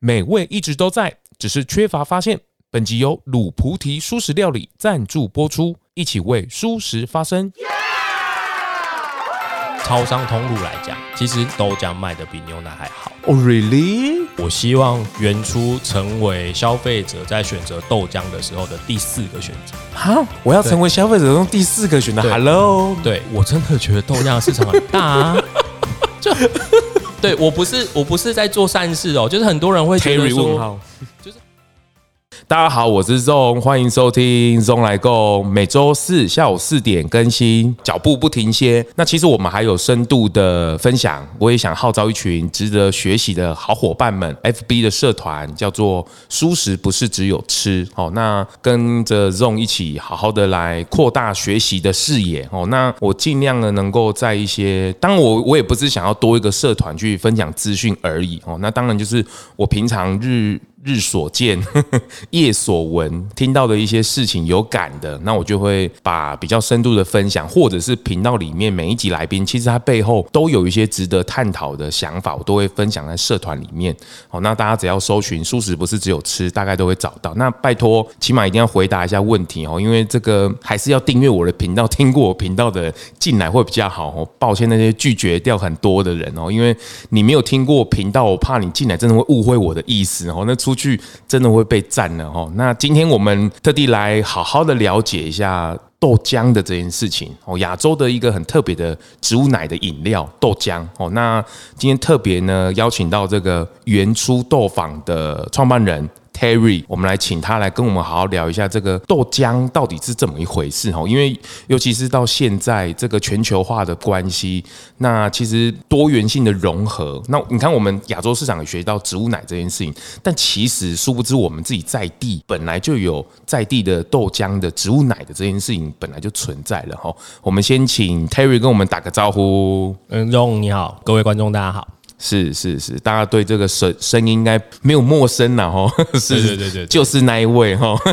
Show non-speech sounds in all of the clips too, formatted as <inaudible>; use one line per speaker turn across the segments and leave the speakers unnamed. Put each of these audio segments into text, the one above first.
美味一直都在，只是缺乏发现。本集由鲁菩提素食料理赞助播出，一起为素食发声。
超商通路来讲，其实豆浆卖的比牛奶还好。
哦、oh,，really？
我希望原初成为消费者在选择豆浆的时候的第四个选择。
哈，我要成为消费者中第四个选择。
对
Hello，
对我真的觉得豆浆的市场很大啊。就对我不是我不是在做善事哦，就是很多人会觉得
Terry 问
说，
号。
就是
大家好，我是 Zong，欢迎收听 Zong 来购，每周四下午四点更新，脚步不停歇。那其实我们还有深度的分享，我也想号召一群值得学习的好伙伴们，FB 的社团叫做“舒适不是只有吃”哦，那跟着 Zong 一起好好的来扩大学习的视野哦。那我尽量的能够在一些，当然我我也不是想要多一个社团去分享资讯而已哦。那当然就是我平常日日所见、 <laughs> 夜所闻，听到的一些事情有感的，那我就会把比较深度的分享，或者是频道里面每一集来宾，其实他背后都有一些值得探讨的想法，我都会分享在社团里面。好，那大家只要搜寻“素食不是只有吃”，大概都会找到。那拜托，起码一定要回答一下问题哦，因为这个还是要订阅我的频道，听过我频道的人进来会比较好哦。抱歉，那些拒绝掉很多的人哦，因为你没有听过我频道，我怕你进来真的会误会我的意思哦。那出去真的会被占了哦。那今天我们特地来好好的了解一下豆浆的这件事情哦，亚洲的一个很特别的植物奶的饮料豆浆哦。那今天特别呢邀请到这个原初豆坊的创办人 Terry，我们来请他来跟我们好好聊一下这个豆浆到底是怎么一回事哦。因为尤其是到现在这个全球化的关系，那其实多元性的融合，那你看我们亚洲市场也学到植物奶这件事情，但其实殊不知我们自己在地本来就有在地的豆浆的植物奶的这件事情本来就存在了哈。我们先请 Terry 跟我们打个招呼。
嗯，Ron 你好，各位观众大家好。
是是是，大家对这个声声音应该没有陌生了哈。 <laughs> 是，
对对对对
就是那一位哈。 <laughs>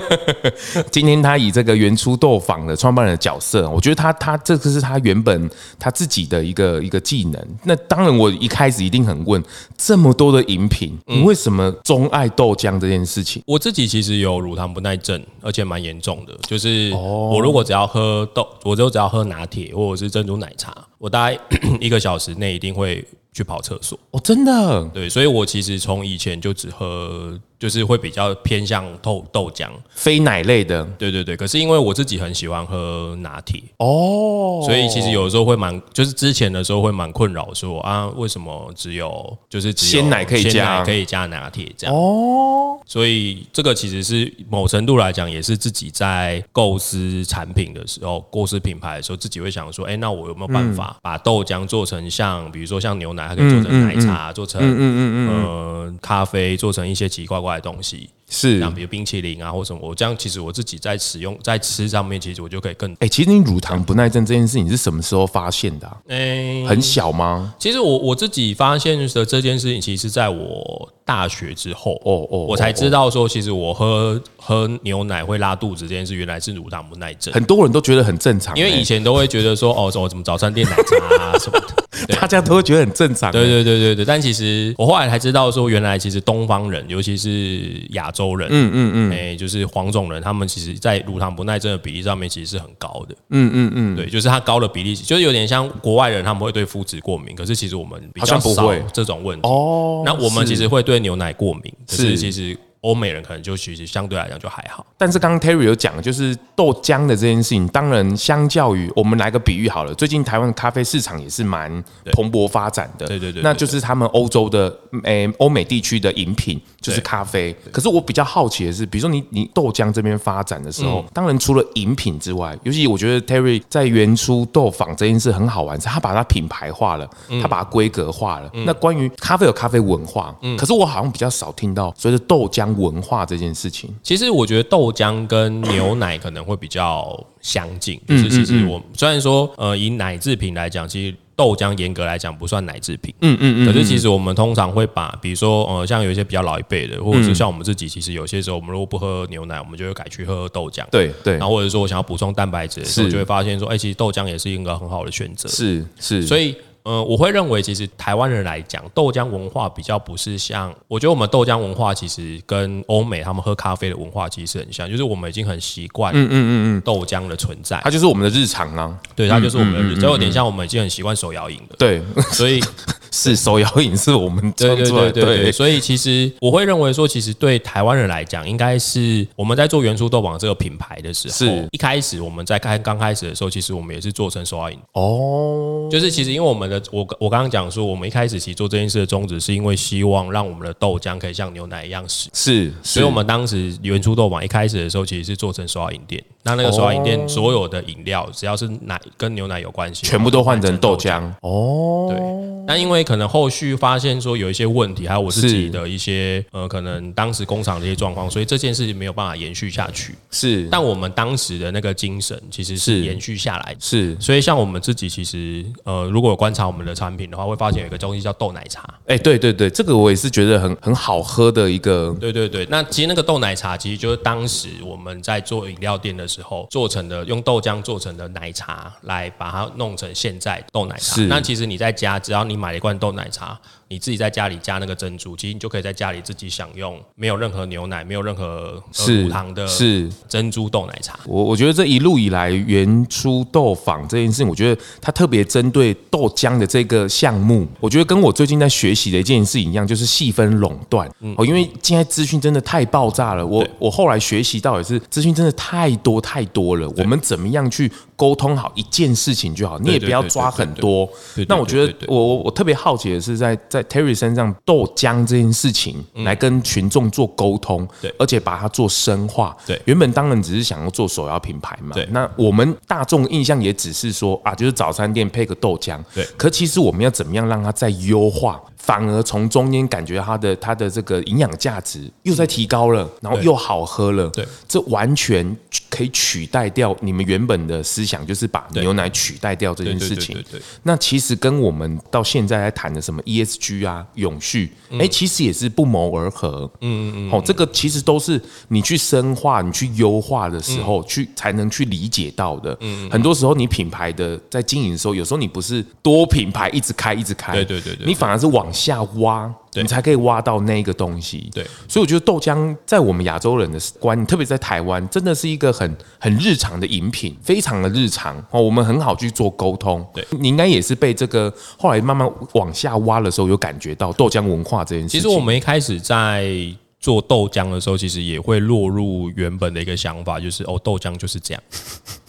今天他以这个原初豆坊的创办人的角色，我觉得他他这个是他原本他自己的一个一个技能。那当然，我一开始一定很问，这么多的饮品，
嗯
你为什么钟爱豆浆这件事情？
我自己其实有乳糖不耐症，而且蛮严重的。就是我如果只要喝豆，我就只要喝拿铁或者是珍珠奶茶，我大概 <clears throat> 一个小时内一定会去跑厕所。
哦，真的，
对，所以我其实从以前就只喝，就是会比较偏向豆豆浆。
非奶类的
对对对，可是因为我自己很喜欢喝拿铁，
哦，
所以其实有的时候会蛮，就是之前的时候会蛮困扰，说啊，为什么只有就是只有
鲜奶可以加
鲜奶可以加拿铁这样哦？所以这个其实是某程度来讲，也是自己在构思产品的时候，构思品牌的时候，自己会想说，哎、那我有没有办法把豆浆做成像，比如说像牛奶，它可以做成奶茶，做成嗯嗯嗯呃咖啡，做成一些奇奇怪怪的东西。
是
像比如冰淇淋啊或什么，我这样其实我自己在使用在吃上面，其实我就可以更
哎、其实你乳糖不耐症这件事情是什么时候发现的啊、
哎诶、
很小吗？
其实我我自己发现的这件事情，其实在我大学之后，
哦哦
我
道。
才
哦
知道说，其实我喝喝牛奶会拉肚子这件事，原来是乳糖不耐症。
很多人都觉得很正常欸、
因为以前都会觉得说，哦，什么怎么早餐店奶茶啊什么的，
大家都会觉得很正常欸、
<laughs> 对对对对对。但其实我后来才知道说，原来其实东方人，尤其是亚洲人，嗯嗯嗯，哎、就是黄种人，他们其实在乳糖不耐症的比例上面其实是很高的。嗯嗯嗯，对，就是它高的比例，就是有点像国外人他们会对麸质过敏，可是其实我们比较
好像不
少
会
这种问题。
哦
那我
是
们其实会对牛奶过敏，可是
是
其实欧美人可能就其实相对来讲就还好。
但是刚刚 Terry 有讲，就是豆浆的这件事情，当然相较于我们来个比喻好了，最近台湾的咖啡市场也是蛮蓬勃发展的，
对对对对
那就是他们欧洲的，诶、欧美地区的饮品就是
对
咖啡。可是我比较好奇的是，比如说你你豆浆这边发展的时候，
嗯
当然除了饮品之外，尤其我觉得 Terry 在原初豆坊这件事很好玩，是他把它品牌化了，
嗯
他把它规格化了。那关于咖啡有咖啡文化，
嗯
可是我好像比较少听到所谓的豆浆文化这件事情。
其实我觉得豆浆跟牛奶可能会比较相近，就是其实我虽然说呃以奶制品来讲，其实。豆浆严格来讲不算奶制品，嗯嗯嗯，可是其实我们通常会把，比如说呃，像有一些比较老一辈的，或者是像我们自己，其实有些时候我们如果不喝牛奶，我们就会改去喝豆浆，
对对
然后或者说我想要补充蛋白质的时
是
候，就会发现说，哎、其实豆浆也是一个很好的选择，
是是，
所
以
以呃，我会认为其实台湾人来讲，豆浆文化比较不是像，我觉得我们豆浆文化其实跟欧美他们喝咖啡的文化其实很像，就是我们已经很习惯，嗯嗯嗯嗯豆浆的存在，
它就是我们的日常啊。
对，它就是我们的日，这有点像我们已经很习惯手摇饮 <laughs> 了，
对，
所以
<laughs> 是手摇饮是我们
对
创
对
出来
对
的，
对对，所以其实我会认为说，其实对台湾人来讲，应该是我们在做元素豆网这个品牌的时候，
是
一开始我们在开刚开始的时候，其实我们也是做成手摇饮，
哦，
就是其实因为我们的我我刚刚讲说，我们一开始其实做这件事的宗旨，是因为希望让我们的豆浆可以像牛奶一样使。
是，
所以，
是
我们当时元初豆网一开始的时候，其实是做成手摇饮店。那那个手摇饮店所有的饮料，只要是奶跟牛奶有关系，
哦全部都换成豆。浆哦，
对，那因为可能后续发现说有一些问题，还有我自己
是
的一些呃，可能当时工厂的一些状况，所以这件事情没有办法延续下去。
是，
但我们当时的那个精神其实是
是
延续下来的。
是，
所以像我们自己其实呃，如果有观察我们的产品的话，会发现有一个东西叫豆奶茶。
哎、对对对，这个我也是觉得很很好喝的一个，
对对对，那其实那个豆奶茶其实就是当时我们在做饮料店的时候做成的，用豆浆做成的奶茶来把它弄成现在豆奶茶。
是
那其实你在家，只要你买了一罐豆奶茶，你自己在家里加那个珍珠，其实你就可以在家里自己享用，没有任何牛奶，没有任何呃
是
乳糖的
是
珍珠豆奶茶。
我我觉得这一路以来，原初豆坊这件事情，我觉得它特别针对豆浆的这个项目，我觉得跟我最近在学习的一件事情一样，就是细分垄断。哦，因为现在资讯真的太爆炸了，我我后来学习到也是，资讯真的太多太多了，我们怎么样去沟通好一件事情就好，你也不要抓很多。那我觉得我我我特别好奇的是在，在 Terry 身上豆浆这件事情来跟群众做沟通，
嗯对
而且把它做深化，
对
原本当然只是想要做手摇品牌嘛，
对
那我们大众印象也只是说啊，就是早餐店配个豆浆，
对
可其实我们要怎么样让它再优化，反而从中间感觉它的它的这个营养价值又在提高了，然后
对
又好喝了，
对，
这完全可以取代掉你们原本的思想，就是把
对
牛奶取代掉这件事情。
对对对对对
那其实跟我们到现在在谈的什么 ESG 啊、永续，哎、其实也是不谋而合。嗯嗯嗯。哦，这个其实都是你去深化、你去优化的时候，去才能去理解到的。嗯很多时候，你品牌的在经营的时候，有时候你不是多品牌一直开、一直开，
对对对对
你反而是往下挖。
对
你才可以挖到那个东西。
对
所以我觉得豆浆在我们亚洲人的观，特别在台湾，真的是一个很很日常的饮品，非常的日常哦。我们很好去做沟通。
对
你应该也是被这个后来慢慢往下挖的时候，有感觉到豆浆文化这件事
其
情。
实我们一开始在做豆浆的时候，其实也会落入原本的一个想法，就是哦，豆浆就是 <laughs> 这样，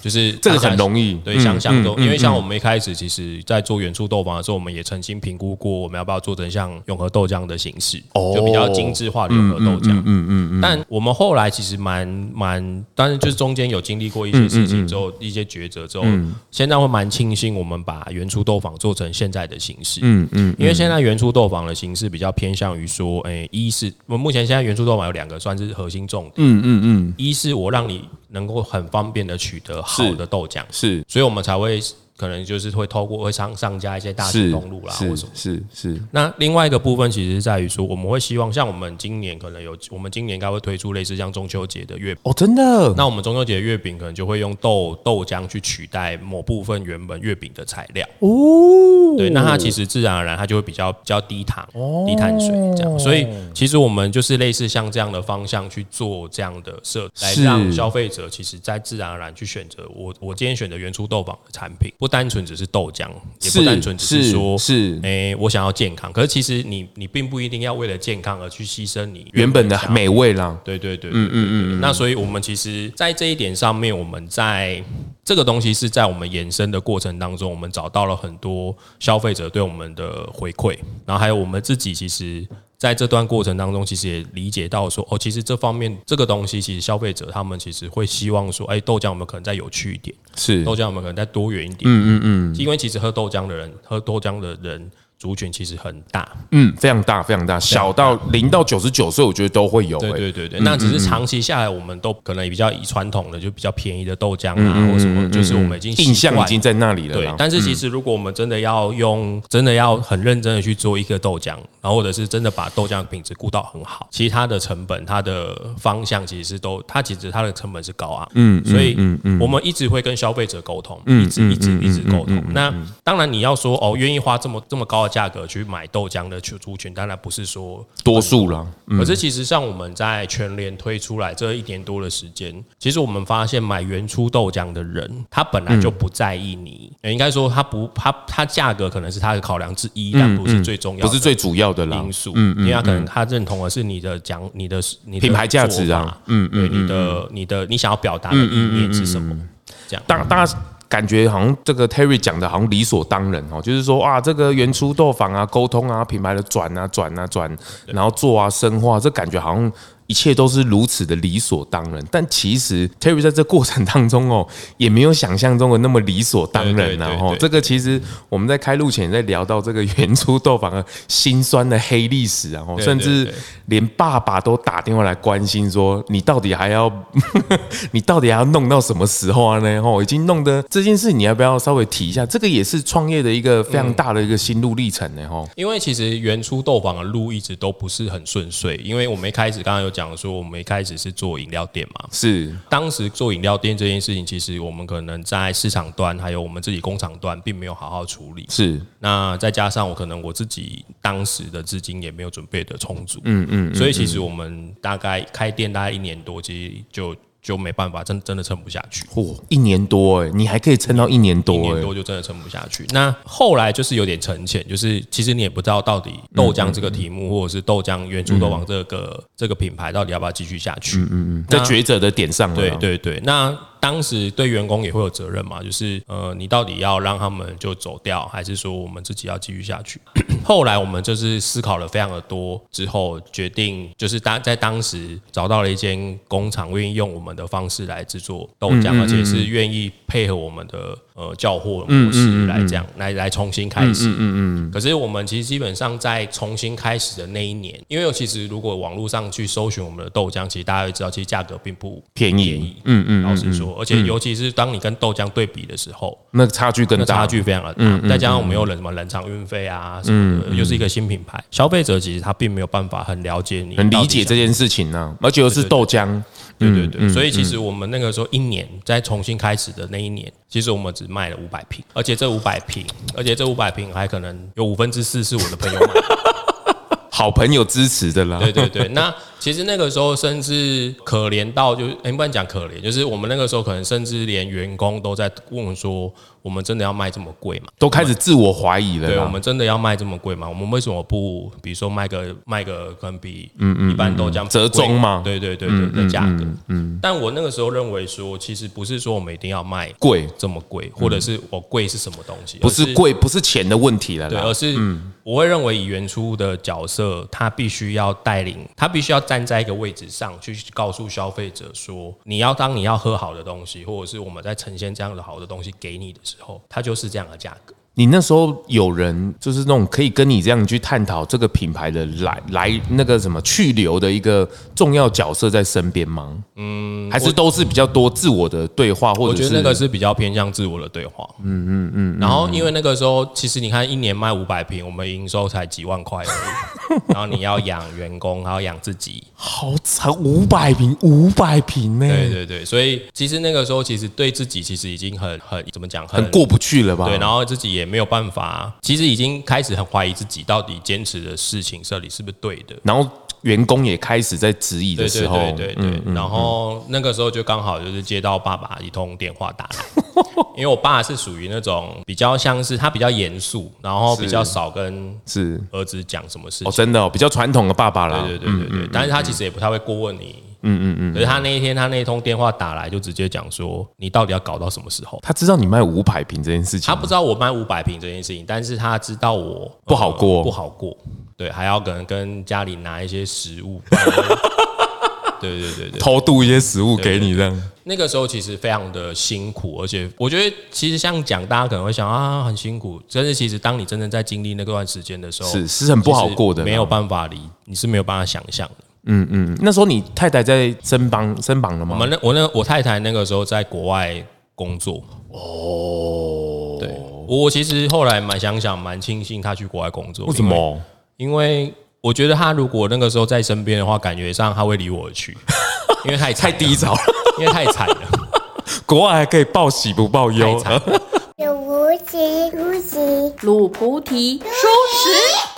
就是
这个
大家
很容易
对，想象中，因为像我们一开始其实，在做原初豆坊的时候，我们也曾经评估过，我们要不要做成像永和豆浆的形式，就比较精致化的永和豆浆。哦嗯嗯。但我们后来其实蛮蛮，但是就是中间有经历过一些事情之后，一些抉择之后，现在会蛮庆幸我们把原初豆坊做成现在的形式。嗯嗯。因为现在原初豆坊的形式比较偏向于说，诶，一是我们目前现在原初豆坊有两个算是核心重点。嗯嗯嗯。一是我让你能够很方便的取得好
是
的豆浆。
是
所以我们才会可能就是会透过会上上加一些大型
是
公路啦或
是
什么。
是是
那另外一个部分其实是在于说，我们会希望像我们今年可能有，我们今年应该会推出类似像中秋节的月饼。
哦，真的
那我们中秋节的月饼可能就会用豆豆浆去取代某部分原本月饼的材料。
哦，
对，那它其实自然而然它就会比较比较低糖、低碳水这样，所以其实我们就是类似像这样的方向去做这样的设，来
是
让消费者其实在自然而然去选择我我今天选择原初豆坊的产品，不单纯只是豆浆，也不单纯只是说
是
诶，我想要健康，可是其实你你并不一定要为了健康而去牺牲你
原本的
想要
美味啦。
对对对，嗯嗯嗯。那所以我们其实，在这一点上面，我们在这个东西是在我们延伸的过程当中，我们找到了很多消费者对我们的回馈，然后还有我们自己其实。在这段过程当中，其实也理解到说，哦，其实这方面这个东西，其实消费者他们其实会希望说，哎、豆浆我们可能再有趣一点，
是
豆浆我们可能再多元一点，嗯嗯嗯，因为其实喝豆浆的人，喝豆浆的人。族群其实很大。
嗯，非常大，非常大，小到零到九十九岁，我觉得都会有、欸。
对对对对，那只是长期下来，我们都可能比较以传统的，就比较便宜的豆浆啊，或什么，就是我们已经
印象
习
已
惯
经在那里了
对嗯
啦。，
但是其实如果我们真的要用，真的要很认真的去做一个豆浆，然后或者是真的把豆浆的品质顾到很好，其他的成本、它的方向其实是都，它其实它的成本是高昂，嗯，嗯所以我们一直会跟消费者沟通，一直一直一直沟通。那当然你要说哦，愿意花这么这么高的价格去买豆浆的族群，当然不是说
多数啦，嗯
可是其实像我们在全联推出来这一年多的时间，其实我们发现买原初豆浆的人，他本来就
嗯
不在意你，呃应该说他不他他价格可能是他的考量之一，但不是最重要
嗯
的，
不是最主要的啦。
因素，嗯因为他可能他认同的是你的讲你的你的
品牌价值啊
做法，嗯嗯，你的你的你想要表达
嗯
的理念是什么？这样，
大大家感觉好像这个 Terry 讲的好像理所当然哦，就是说啊，这个原初豆坊啊、沟通啊、品牌的转啊、转啊、转，然后做啊、深化，这感觉好像。一切都是如此的理所当然，但其实 Terry 在这过程当中哦，也没有想象中的那么理所当然啊哦然、
对对
后
对对
这个其实我们在开录前也在聊到这个原初豆坊的辛酸的黑历史、啊，然后
对
甚至
对对
连爸爸都打电话来关心说：“你到底还要， <laughs> 你到底还要弄到什么时候啊？呢？哦，已经弄得这件事，你要不要稍微提一下？这个也是创业的一个非常大的一个心路历程呢。哦，
因为其实原初豆坊的路一直都不是很顺遂，因为我们一开始刚刚有讲说，我们一开始是做饮料店嘛，
是
当时做饮料店这件事情，其实我们可能在市场端还有我们自己工厂端并没有好好处理。
是，
那再加上我可能我自己当时的资金也没有准备的充足，嗯嗯，所以其实我们大概开店大概一年多，其实就就没办法，真真的撑不下去。
嚯、哦一年多哎，你还可以撑到一年
一
多
年
哎，
多就真的撑不下去。那后来就是有点沉潜，就是其实你也不知道到底豆浆这个题目，或者是豆浆原初豆坊这个、这个品牌到底要不要继续下去。
在抉择的点上了。
对，对对，那当时对员工也会有责任嘛，就是呃，你到底要让他们就走掉，还是说我们自己要继续下去？ <clears throat> 后来我们就是思考了非常的多之后，决定就是当在当时找到了一间工厂，愿意用我们的方式来制作豆浆，而且是愿意配合我们的呃交货模式来这样、来来重新开始。可是我们其实基本上在重新开始的那一年，因为其实如果网络上去搜寻我们的豆浆，其实大家会知道，其实价格并不
便宜
嗯嗯，老实说，而且尤其是当你跟豆浆对比的时候，
那差距更
那
大。
差嗯距非常的大。再加上我们又冷什么冷藏运费啊什么的，又是一个新品牌，消费者其实他并没有办法很了解嗯你，
很理解这件事情呢、而且又是豆浆，
对对对，所以其实我们那个时候一年在重新开始的那一年，其实我们只卖了五百瓶，而且这五百瓶，而且这五百瓶还可能有五分之四是我的朋友买的。
好朋友支持的啦。
对对对，那其实那个时候甚至可怜到就，哎，不能讲可怜，就是我们那个时候可能甚至连员工都在问说，我们真的要卖这么贵吗？
都开始自我怀疑了
对，我
啦。
们真的要卖这么贵吗？我们为什么不，比如说卖个卖个可能比一般豆浆
嗯折中嘛
贵对对对对的价格。嗯，但我那个时候认为说，其实不是说我们一定要卖
贵
这么贵，或者是我贵是什么东西，
不
而
是贵，不是钱的问题了
对，呃
啦
而。是我会认为以原初的角色，他必须要带领，他必须要站在一个位置上去告诉消费者说，你要当你要喝好的东西，或者是我们在呈现这样的好的东西给你的时候，它就是这样的价格。
你那时候有人就是那种可以跟你这样去探讨这个品牌的来来那个什么去留的一个重要角色在身边吗？嗯，还是都是比较多自我的对话，或
我
者
觉
是
得那个是比较偏向自我的对话。嗯嗯嗯。然后因为那个时候，其实你看一年卖五百瓶，我们营收才几万块而 <laughs> 已，然后你要养员工，还要养自己，
好惨，五百平，五百平呢，
对对对，所以其实那个时候，其实对自己其实已经很很怎么讲，
很过不去了吧？
对，然后自己也没有办法，其实已经开始很怀疑自己到底坚持的事情到底是不是对的。
然后员工也开始在质疑
对
的
对
时候，
对对对，然后那个时候就刚好就是接到爸爸一通电话打来， <laughs> 因为我爸是属于那种比较像是他比较严肃，然后比较少跟
是
儿子讲什么事
哦，
情。
真的、哦、比较传统的爸爸啦，
对对对对对，但是他其实也不太会过问你。嗯嗯嗯，可是他那一天，他那一通电话打来，就直接讲说，你到底要搞到什么时候？
他知道你卖五百平这件事情
他
吗，
不知道我卖五百平这件事情，但是他知道我呃
不好过 <laughs>
不好过，对，还要可能跟家里拿一些食物。不然我对对对对，
偷渡一些食物给你这样。
那个时候其实非常的辛苦，而且我觉得其实像讲，大家可能会想啊很辛苦，但是其实当你真正在经历那段时间的时候，
是是很不好过的啦
没有办法理，你是没有办法想象的。
嗯那时候你太太在身帮身绑了吗？
我们那我那我太太那个时候在国外工作哦，对我其实后来蛮想想蛮庆幸她去国外工作，
为什
因为？
么？
因为我觉得她如果那个时候在身边的话，感觉上她会离我而去，因为太
<laughs>
惨
太
了
低，潮了，
因为太惨了，
国外还可以报喜不报
太
忧。
惨了。
<laughs>
有无极，无极。
鲁菩提说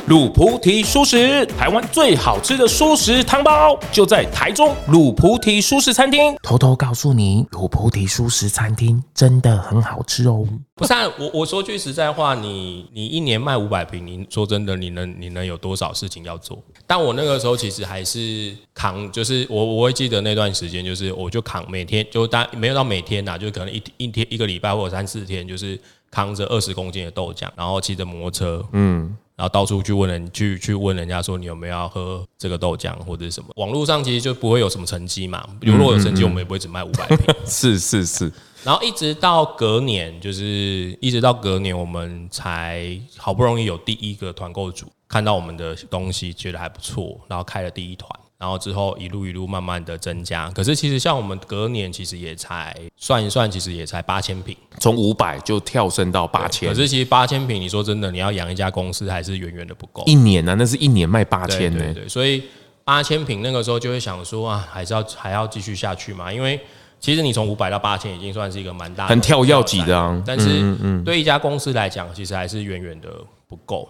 鲁菩提素食，台湾最好吃的素食汤包，就在台中鲁菩提素食餐厅。
偷偷告诉你，有菩提素食餐厅真的很好吃哦。
不是、啊、我，我说句实在话，你你一年卖五百瓶，你说真的，你能你能有多少事情要做？但我那个时候其实还是扛，就是我我会记得那段时间，就是我就扛每天就大没有到每天呐、就可能一一天一个礼拜或者三四天，就是扛着二十公斤的豆浆，然后骑着摩托车，嗯。然后到处去问人，去去问人家说你有没有要喝这个豆浆或者是什么？网络上其实就不会有什么成绩嘛。如果有成绩，我们也不会只卖五百瓶。
是是是，
然后一直到隔年，就是一直到隔年，我们才好不容易有第一个团购组看到我们的东西，觉得还不错，然后开了第一团，然后之后一路一路慢慢的增加。可是其实像我们隔年，其实也才算一算，其实也才八千瓶。
从五百就跳升到八千
可，是其实八千瓶，你说真的，你要养一家公司还是远远的不够。
一年啊，那是一年卖八
对
千
对
呢。
对，所以八千平那个时候就会想说啊，还是要还要继续下去嘛，因为其实你从五百到八千已经算是一个蛮大的
很跳跃级的啊
挑战但是对一家公司来讲，其实还是远远的不够。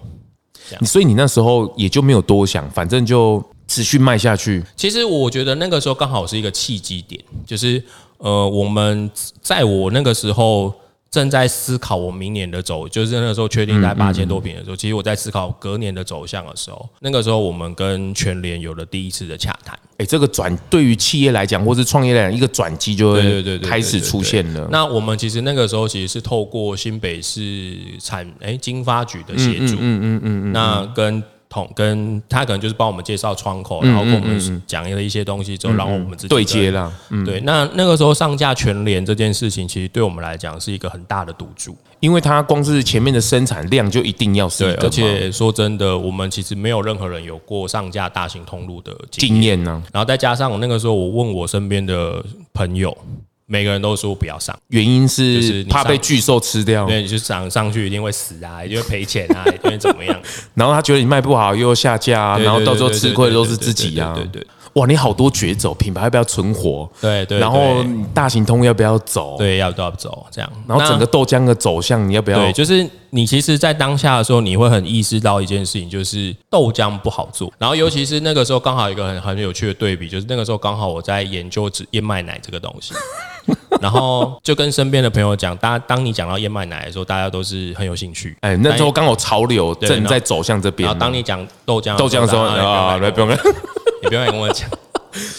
你所以你那时候也就没有多想，反正就持续卖下去。
其实我觉得那个时候刚好是一个契机点，就是呃，我们在我那个时候正在思考我明年的走，就是那个时候确
嗯
定在八千多平的时候，其实我在思考隔年的走向的时候，那个时候我们跟全联有了第一次的洽谈。
哎，这个转对于企业来讲，或是创业来讲，一个转机就
对对
会
对对，
开始
对对
出现
对
了。
那我们其实那个时候其实是透过新北市产哎、经发局的协助，嗯嗯嗯嗯，那跟。统跟他可能就是帮我们介绍窗口，然后跟我们讲了一些东西之后，然后我们自己
对接
了。
啦，
嗯对，那那个时候上架全联这件事情，其实对我们来讲是一个很大的赌注。
因为它光是前面的生产量就一定要是一
对，
个嘛
而且说真的，我们其实没有任何人有过上架大型通路的经验。
经验啊呢，
然后再加上我那个时候，我问我身边的朋友，每个人都说不要上。
原因
就是
是
你
怕被
上
巨兽吃掉，
对，你就涨上去一定会死啊， <laughs> 一定会赔钱
<laughs>
啊，一定会怎么
哦
样？
然后他觉得你卖不好又下架啊，
对
然后
对
到时候
对
吃
对
亏的
对
都
对
是
对
自
对
己啊
对。对对
哇，你好多抉择，品牌要不要存活？
对对
然后
对
大型通要不要走？，
对，要都要走这样。
然后整个
那
豆浆的走向你要不要？
对，就是你其实，在当下的时候，你会很意识到一件事情，就是豆浆不好做。然后，尤其是那个时候，刚好有一个很很有趣的对比，就是那个时候刚好我在研究只燕麦奶这个东
<laughs>
西。然后就跟身边的朋友讲，大家当你讲到燕麦奶的时候，大家都是很有兴趣。
哎，那时候
但
刚好潮流
对
正
然后
在走向这边
然
啊。
后当你讲豆浆
豆浆的时候
大家
啊，来
也
不用
不
了。
要来跟我也不用来跟我讲。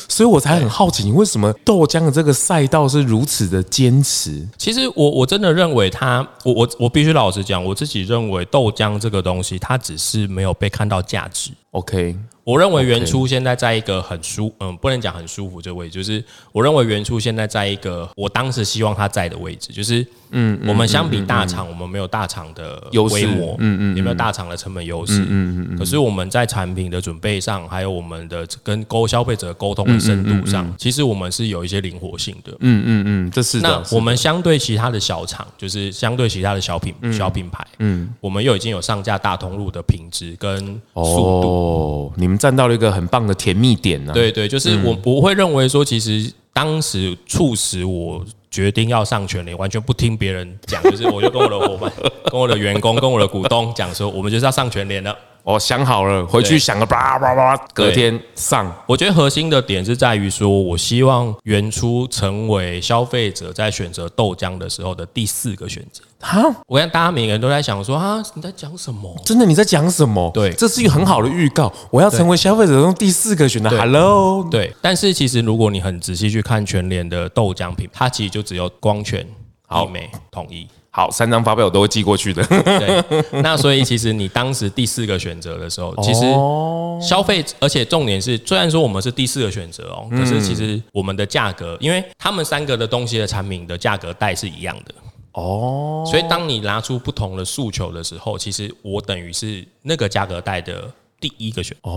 所以我才很好奇，你为什么豆浆的这个赛道是如此的坚持？
其实我我真的认为它，我我我必须老实讲，我自己认为豆浆这个东西，它只是没有被看到价值。
OK，
我认为原初现在在一个很舒，嗯，不能讲很舒服这位置，就是我认为原初现在在一个我当时希望它在的位置，就是嗯，我们相比大厂，我们没有大厂的
优势
规模，嗯嗯，也没有大厂的成本优势，嗯嗯可是我们在产品的准备上，还有我们的跟沟消费者沟通的深度上，其实我们是有一些灵活性的，
嗯嗯嗯，这是
那
的。
我们相对其他的小厂，就是相对其他的小品、小品牌，嗯，我们又已经有上架大通路的品质跟速度。
哦，你们站到了一个很棒的甜蜜点呢、啊。，
对对，就是我我会认为说，其实当时促使我决定要上全联，完全不听别人讲，就是我就跟我的
<laughs>
伙伴、跟我的员工、跟我的股东讲说，我们就是要上全联了。
我哦想好了，回去
对
想个叭叭叭，隔
对
天上。
我觉得核心的点是在于说，我希望原初成为消费者在选择豆浆的时候的第四个选择。
哈，
我看大家每个人都在想说啊，你在讲什么？
真的你在讲什么？
对
这是一个很好的预告。我要成为消费者中第四个选择。
对
Hello，
对，但是其实如果你很仔细去看全联的豆浆品，它其实就只有光泉、好美、统一。
好，三张发票我都会寄过去
<laughs>
的。
对，那所以其实你当时第四个选择的时候，其实
哦
消费，而且重点是，虽然说我们是第四个选择哦，可是其实我们的价格，因为他们三个的东西的产品的价格带是一样的。哦，所以当你拿出不同的诉求的时候，其实我等于是那个价格带的第一个选择。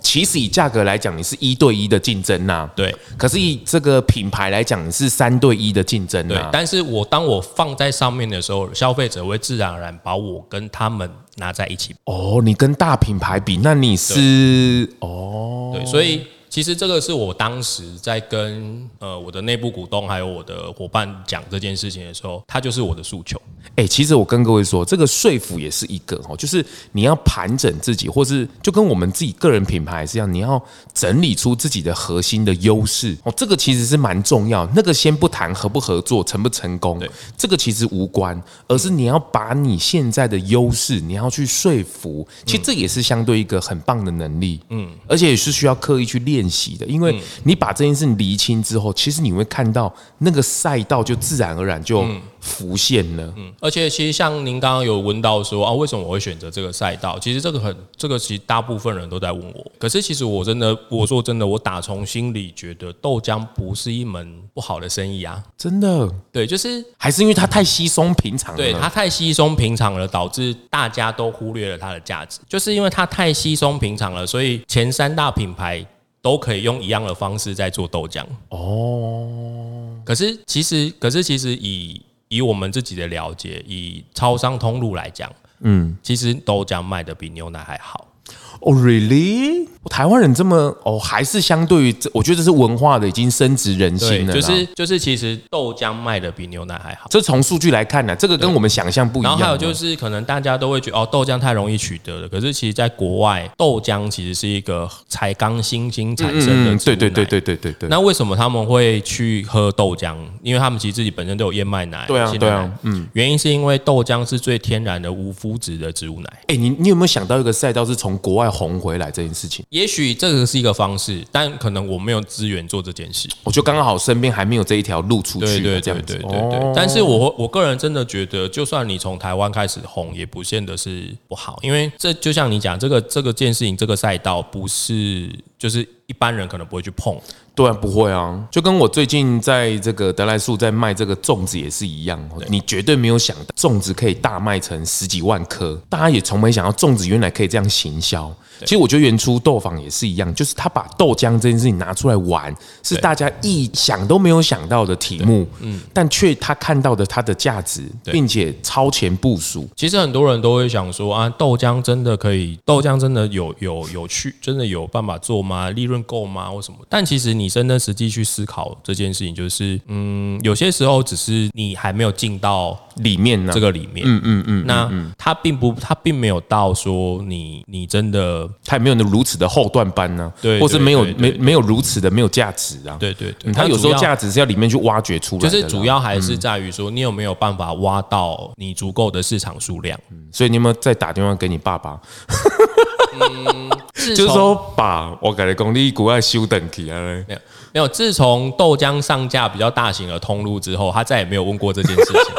其实以价格来讲，你是一对一的竞争呐、
对
可是以这个品牌来讲，你是三对一的竞争
对，
啊。
但是我当我放在上面的时候，消费者会自然而然把我跟他们拿在一起
哦，你跟大品牌比，那你是哦，
对，所以其实这个是我当时在跟呃我的内部股东还有我的伙伴讲这件事情的时候，它就是我的诉求。
哎、其实我跟各位说，这个说服也是一个哦，就是你要盘整自己，或是就跟我们自己个人品牌是一样，你要整理出自己的核心的优势哦，这个其实是蛮重要。那个先不谈合不合作、成不成功
对，
这个其实无关，而是你要把你现在的优势，你要去说服。其实这也是相对一个很棒的能力，嗯，而且也是需要刻意去练习的，因为你把这件事厘清之后，其实你会看到那个赛道就自然而然就浮现了。
嗯，而且其实像您刚刚有问到说啊，为什么我会选择这个赛道？其实这个很，这个其实大部分人都在问我。可是其实我真的，我说真的，我打从心里觉得豆浆不是一门不好的生意啊。
真的，
对，就是
还是因为它太稀松平常了。
对它太稀松平常了，导致大家都忽略了它的价值。就是因为它太稀松平常了，所以前三大品牌都可以用一样的方式在做豆浆。哦，可是其实，可是其实以以我们自己的了解，以超商通路来讲，嗯，其实豆浆卖的比牛奶还好。
哦、r e a l l y 台湾人这么哦，还是相对于这，我觉得这是文化的已经深植人
对
心，了啦。
就是就是，其实豆浆卖的比牛奶还好。
这从数据来看呢、这个跟我们想象不一
然
样。
后还有就是，可能大家都会觉得哦，豆浆太容易取得了。可是其实，在国外，豆浆其实是一个才刚新兴产生的、
嗯，对对对。对对对对。
那为什么他们会去喝豆浆？因为他们其实自己本身都有燕麦奶、
对啊
鲜奶
对啊。
嗯，原因是因为豆浆是最天然的无麸质的植物奶。
哎、你你有没有想到一个赛道是从国外红回来这件事情？
也许这个是一个方式，但可能我没有资源做这件事。
我就刚好身边还没有这一条路出去，
对对
这
对
样子哦
对对对。但是我我个人真的觉得，就算你从台湾开始红，也不见得是不好，因为这就像你讲，这个这个件事情，这个赛道不是就是一般人可能不会去碰。
对啊，不会啊，就跟我最近在这个德莱树在卖这个粽子也是一样，哦你绝对没有想到粽子可以大卖成十几万颗，大家也从没想到粽子原来可以这样行销。其实我觉得原初豆坊也是一样，就是他把豆浆这件事情拿出来玩，是
对
大家意想都没有想到的题目，嗯，但却他看到的它的价值，
对
并且超前部署。
其实很多人都会想说啊，豆浆真的可以，豆浆真的有有有趣，真的有办法做吗？利润够吗？或什么？但其实你真正实际去思考这件事情，就是嗯，有些时候只是你还没有进到
里面呢、
这个里面，嗯嗯嗯，那它并不，它并没有到说你你真的
他也没有如此的后段班呢、
对
或是
对
没有
对对
没
对
没有如此的没有价值啊，
对对对，
嗯，它有时候
主要
价值是要里面去挖掘出来的
就
啦，
是主要还是在于说你有没有办法挖到你足够的市场数量，
所以你有没有再打电话给你爸爸？
就
就是说，爸，我感觉公你股要修等级啊嘞。
没有没有，自从豆浆上架比较大型的通路之后，他再也没有问过这件事情。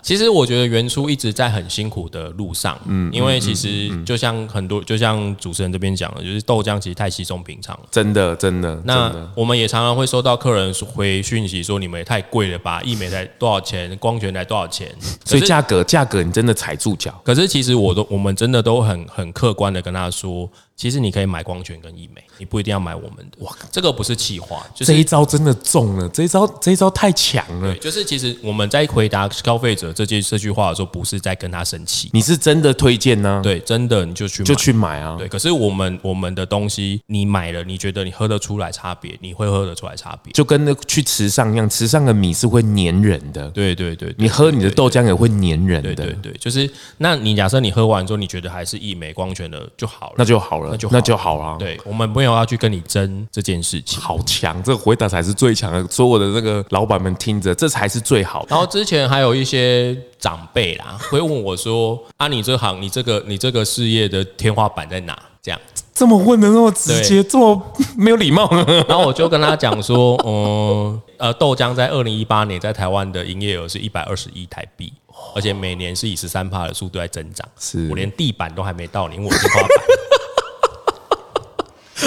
其实我觉得原初一直在很辛苦的路上，嗯，因为其实就像很多，就像主持人这边讲的，就是豆浆其实太稀松平常了。
真的，真的，真的
那我们也常常会收到客人回讯息说：“你们也太贵了吧，一美才多少钱，光泉才多
<laughs>
少钱？”
所以
可是
价格，价格你真的踩住脚。
可是其实我都我们真的都很很客观的跟他说，其实你可以买光泉跟一美，你不一定要买我们的。哇，这个不是气话，就
这一
是
招真的中了，这一招，这一招太强了
对，。就是其实我们在回答消费者这句这句话的时候，不是在跟他生气，
你是真的推荐呢、
对，真的你就去买
嗯就。去买啊。
对，可是我们我们的东西，你买了，你觉得你喝得出来差别，你会喝得出来差别。
就跟那个去池上一样，池上的米是会粘人的，
对对对，对
你喝你的豆浆也会粘人
对对
的，
对，就是那你假设你喝完之后，你觉得还是益美光泉的就好了，
那就好了
那就，
那就好了。
对我们没有要去跟你争这件事情。
好强，这个回答才是最强的。所有的那个老板们听着，这才是最好的。
然后之前还有一些长辈啦，会问我说：“啊，你这行，你这个，你这个事业的天花板在哪？”这样
这么问的那么直接，
对
这么没有礼貌 <laughs> 呢？
然后我就跟他讲说，嗯，呃，豆浆在二零一八年在台湾的营业额是一百二十亿台币，而且每年是以十三帕的速度在增长。
是
我连地板都还没到，连我天花板。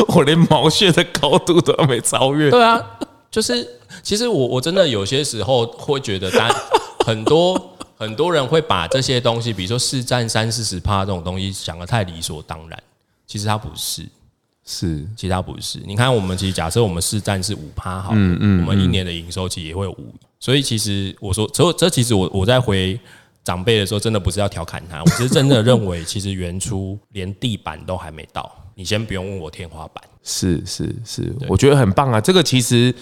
我连毛屑的高度都还没超越。
对啊，就是其实我我真的有些时候会觉得单 <laughs> 很多。很多人会把这些东西，比如说市占三四十趴这种东西，想得太理所当然。其实它不是，
是
其他不是。你看，我们其实假设我们市占是五趴好了，我们一年的营收其实也会有五，所以其实我说，这这其实我我在回长辈的时候，真的不是要调侃他，我是真的认为，其实原初连地板都还没到，你先不用问我天花板，
是是是，我觉得很棒啊！这个其实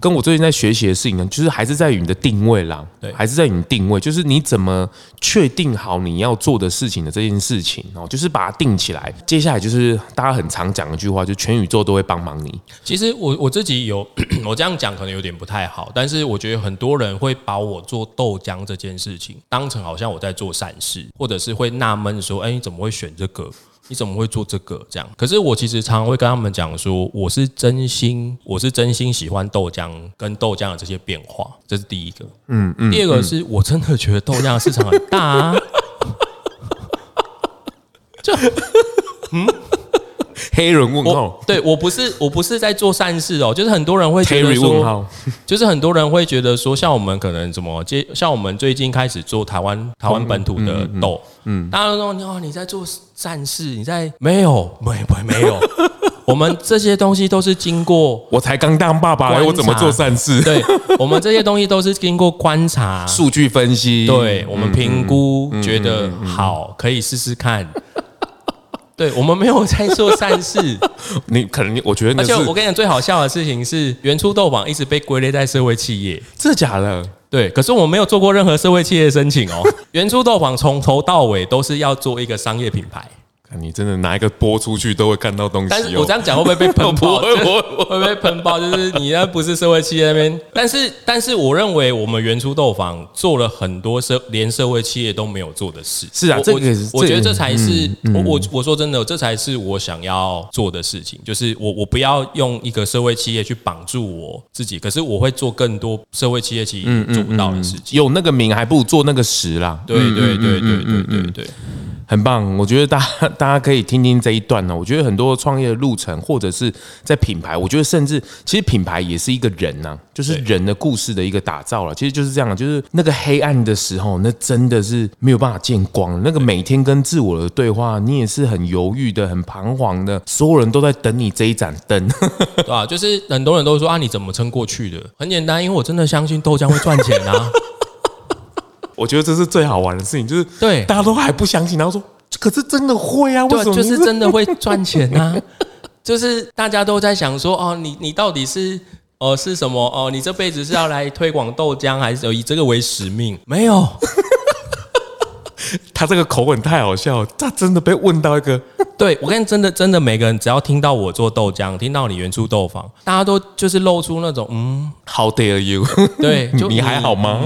跟我最近在学习的事情呢，就是还是在于你的定位啦，
对
还是在于你定位，就是你怎么确定好你要做的事情的这件事情哦，就是把它定起来。接下来就是大家很常讲的一句话，就全宇宙都会帮忙你。
其实我我自己有， <clears throat> 我这样讲可能有点不太好，但是我觉得很多人会把我做豆浆这件事情当成好像我在做善事，或者是会纳闷说，哎，你怎么会选这个？你怎么会做这个？这样，可是我其实常常会跟他们讲说，我是真心，我是真心喜欢豆浆跟豆浆的这些变化，这是第一个。嗯嗯。第二个是我真的觉得豆浆的市场很大啊。 <laughs>
黑人问
我
号
对我不是我不是在做善事哦，就是很多人会觉得
，Terry 问
说，
号，
就是很多人会觉得说，像我们可能怎么接，像我们最近开始做台湾台湾本土的豆，嗯，大家都说你哦你在做善事，你在没有没没没有， <laughs> 我们这些东西都是经过
我才刚当爸爸，
观察
我怎么做善事？
对，我们这些东西都是经过观察，
数据分析，
对我们评估觉得好，可以试试看。对我们没有在做善 <laughs> 事，
你可能你我觉得那
而
是
且我跟你讲最好笑的事情是，原初豆坊一直被归类在社会企业。
真的假的？
对，可是我没有做过任何社会企业申请哦。 <laughs> 原初豆坊从头到尾都是要做一个商业品
<laughs>
牌，
看你真的拿一个播出去都会看到东西、哦。
但是我这样讲会不会被喷
不 <laughs>
爆？
会
就是
不会不
会不会喷爆？就是你那不是社会企业那边， <laughs> 但是但是我认为我们原初豆坊做了很多社连社会企业都没有做的事。
是啊
我
这个
我
也是嗯
我觉得
这
这
个
才是我我我说真的，这才是我想要做的事情，就是我我不要用一个社会企业去绑住我自己，可是我会做更多社会企业其
嗯
实做不到的事情。
有那个名还不如做那个实啦。嗯
对对对对对对对。 <laughs>
很棒，我觉得大家 <laughs> 大家可以听听这一段呢、哦我觉得很多创业的路程，或者是在品牌，我觉得甚至其实品牌也是一个人呐、就是
对
人的故事的一个打造了。其实就是这样，啊就是那个黑暗的时候，那真的是没有办法见光。那个每天跟自我的对话，你也是很犹豫的，很彷徨的，所有人都在等你这一盏灯。
对啊，就是很多人都说啊，你怎么撑过去的？很简单，因为我真的相信豆浆会赚钱啊。
我觉得这是最好玩的事情，就是
对
大家都还不相信，然后说可是真的会啊， <laughs> 为
对啊，
什么
就
你
是真的会赚钱啊。 <laughs> 就是大家都在想说，哦，你你到底是哦、呃是什么哦、你这辈子是要来推广豆浆，还是有以这个为使命？没有，
他这个口吻太好笑了，他真的被问到一个
对我跟你真的真的每个人只要听到我做豆浆，听到你原初豆坊，大家都就是露出那种嗯，
How dare you？ <laughs>
对， <laughs> 就嗯
你还好吗？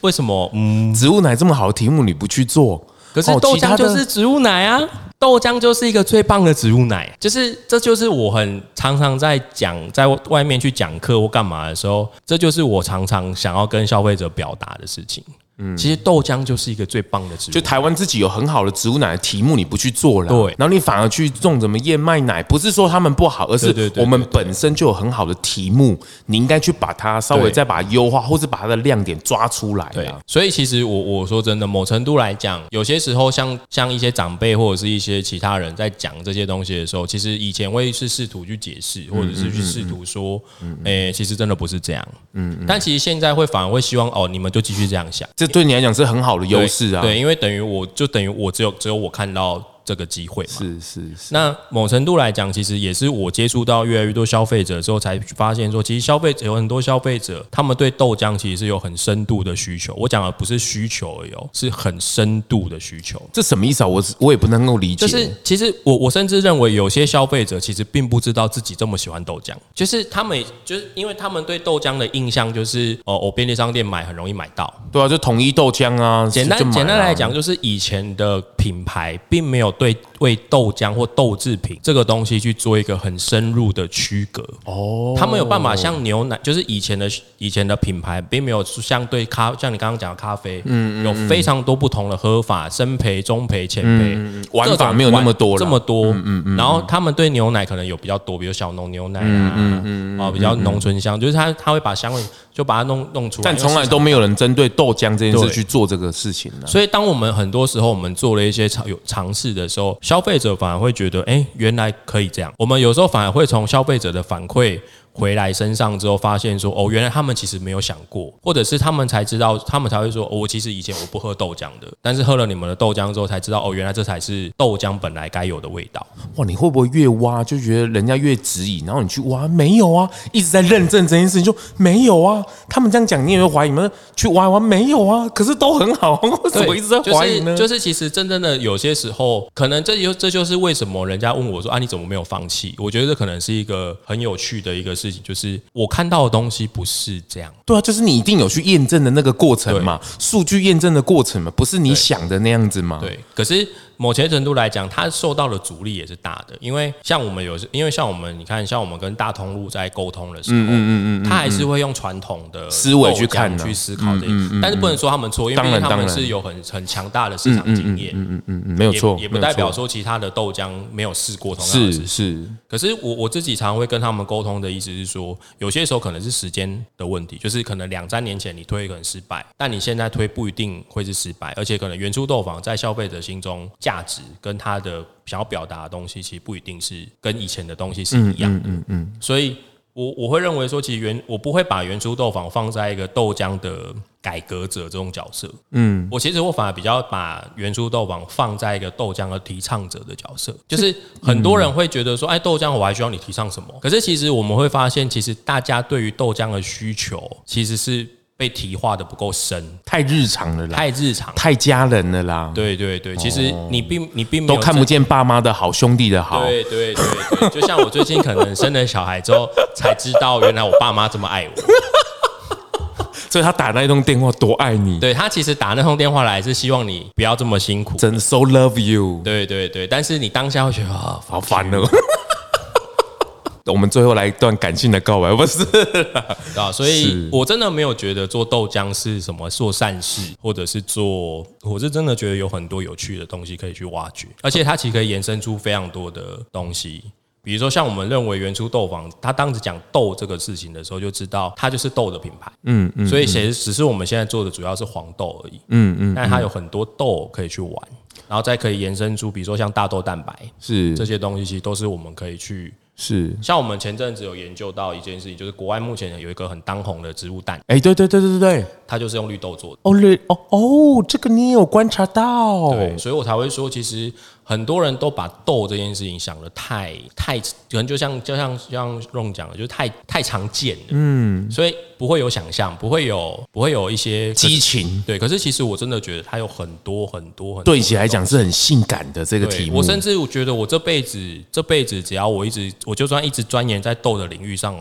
为什么嗯？
植物奶这么好的题目你不去做，
可是
哦
豆
其他
浆
的
就是植物奶啊，豆浆就是一个最棒的植物奶，就是这就是我很常常在讲，在外面去讲课或干嘛的时候，这就是我常常想要跟消费者表达的事情。嗯，其实豆浆就是一个最棒的植物
就
奶，
台湾自己有很好的植物奶的题目你不去做了，
对
然后你反而去种什么燕麦奶，不是说他们不好，而
对
是
对对
我们本身就有很好的题目，你应该去把它稍微
对
再把它优化，或是把它的亮点抓出来啊。
对，所以其实我我说真的，某程度来讲，有些时候像像一些长辈或者是一些其他人在讲这些东西的时候，其实以前会是试图去解释，
嗯
或者是去试图说，诶、其实真的不是这样。嗯，但其实现在会反而会希望哦，你们就继续这样想，
这对你来讲是很好的优势啊。
对，对，因为等于我就等于我只有只有我看到这个机会嘛。
是是是，
那某程度来讲，其实也是我接触到越来越多消费者之后，才发现说，其实消费者有很多消费者，他们对豆浆其实是有很深度的需求。我讲的不是需求而已、哦，是很深度的需求。
这什么意思啊？我是我也不能够理解。
就是其实我我甚至认为有些消费者其实并不知道自己这么喜欢豆浆，就是他们就是因为他们对豆浆的印象就是哦，我便利商店买很容易买到，
对啊，就统一豆浆啊。
简单
就买啊
简单来，讲，就是以前的品牌并没有对为豆浆或豆制品这个东西去做一个很深入的区隔。哦，他们有办法像牛奶，就是以前的以前的品牌，并没有像对咖，像你刚刚讲的咖啡，嗯，有非常多不同的喝法，深焙、中焙、浅焙，
嗯玩
各
法
种
没有那么
玩
多啦
这么多，嗯嗯。然后他们对牛奶可能有比较多，比如小农牛奶啊，嗯啊，比较浓醇香，就是他他会把香味就把它弄弄出来，
但从
因为
来
市场
都没有人针对豆浆这件事
对
去做这个事情呢、
所以，当我们很多时候我们做了一些尝有尝试的时候，消费者反而会觉得，哎、原来可以这样。我们有时候反而会从消费者的反馈回来身上之后，发现说，哦，原来他们其实没有想过， <laughs> 或者是他们才知道，他们才会说，哦、我其实以前我不喝豆浆的，但是喝了你们的豆浆之后，才知道，哦，原来这才是豆浆本来该有的味道。
哇，你会不会越挖就觉得人家越质疑，然后你去挖没有啊，一直在认证这件事情，就没有啊。他们这样讲，你也会怀疑吗？去挖一挖没有啊，可是都很好， <laughs> 为什
对，
么一直在怀疑呢？
就是？就是其实真正的有些时候，可能这就这就是为什么人家问我说啊，你怎么没有放弃？我觉得这可能是一个很有趣的一个事情，就是我看到的东西不是这样。
对啊，就是你一定有去验证的那个过程嘛，数据验证的过程嘛，不是你想的那样子嘛。，
对，可是某些程度来讲，它受到的阻力也是大的，因为像我们有时，因为像我们，你看，像我们跟大通路在沟通的时候，嗯嗯嗯他还是会用传统的
思维去
构
看啊
想去思考这些，但是不能说他们错，因为
当
毕
然
竟他
当
们
然
是有很很强大的市场经验，
嗯嗯嗯，没有
也
错，
也不
没有
代表
错
说其他的豆浆没有试过同样的
是
事情。
是
可是我我自己常会跟他们沟通的意思是说，有些时候可能是时间的问题，就是可能两三年前你推可能失败，但你现在推不一定会是失败，而且可能原初豆坊在消费者心中价值跟它的想要表达的东西，其实不一定是跟以前的东西是一样的。嗯嗯所以我我会认为说，其实原我不会把原初豆坊放在一个豆浆的改革者这种角色。嗯，我其实我反而比较把原初豆坊放在一个豆浆的提倡者的角色，就是很多人会觉得说，哎，豆浆我还需要你提倡什么？可是其实我们会发现，其实大家对于豆浆的需求其实是被提化的不够深，
太日常了啦，
太日常。
太家人了啦，
对对对，其实你并你并没有
哦都看
真
不见哦爸妈的好，兄弟的好。
对对对对，就像我最近可能生了小孩之后，才知道原来我爸妈这么爱我。
所以他打那一通电话多爱你，
对他其实打那通电话来是希望你不要这么辛苦。
真的 so love you，
对对对，但是你当下会觉得啊，
好烦哦。 <laughs> 我们最后来一段感性的告白，不是？
啊，所以我真的没有觉得做豆浆是什么做善事，或者是做，我是真的觉得有很多有趣的东西可以去挖掘，而且它其实可以延伸出非常多的东西。比如说，像我们认为原初豆坊，它当时讲豆这个事情的时候，就知道它就是豆的品牌，嗯嗯，所以其实只是我们现在做的主要是黄豆而已，嗯嗯，但它有很多豆可以去玩，然后再可以延伸出，比如说像大豆蛋白这
是
些东西，其实都是我们可以去
是，
像我们前阵子有研究到一件事情，就是国外目前有一个很当红的植物蛋，
哎，对对对对对对，
它就是用绿豆做的。
哦对哦哦，这个你也有观察到，
对，所以我才会说，其实很多人都把豆这件事情想的太太，可能就像就像就像用讲的，就是太太常见了，嗯，所以不会有想象，不会有不会有一些
激。情
对，可是其实我真的觉得它有很多很多很多
对起来讲是很性感的这个
对
题目，
我甚至我觉得我这辈子这辈子只要我一直我就算一直钻研在豆的领域上，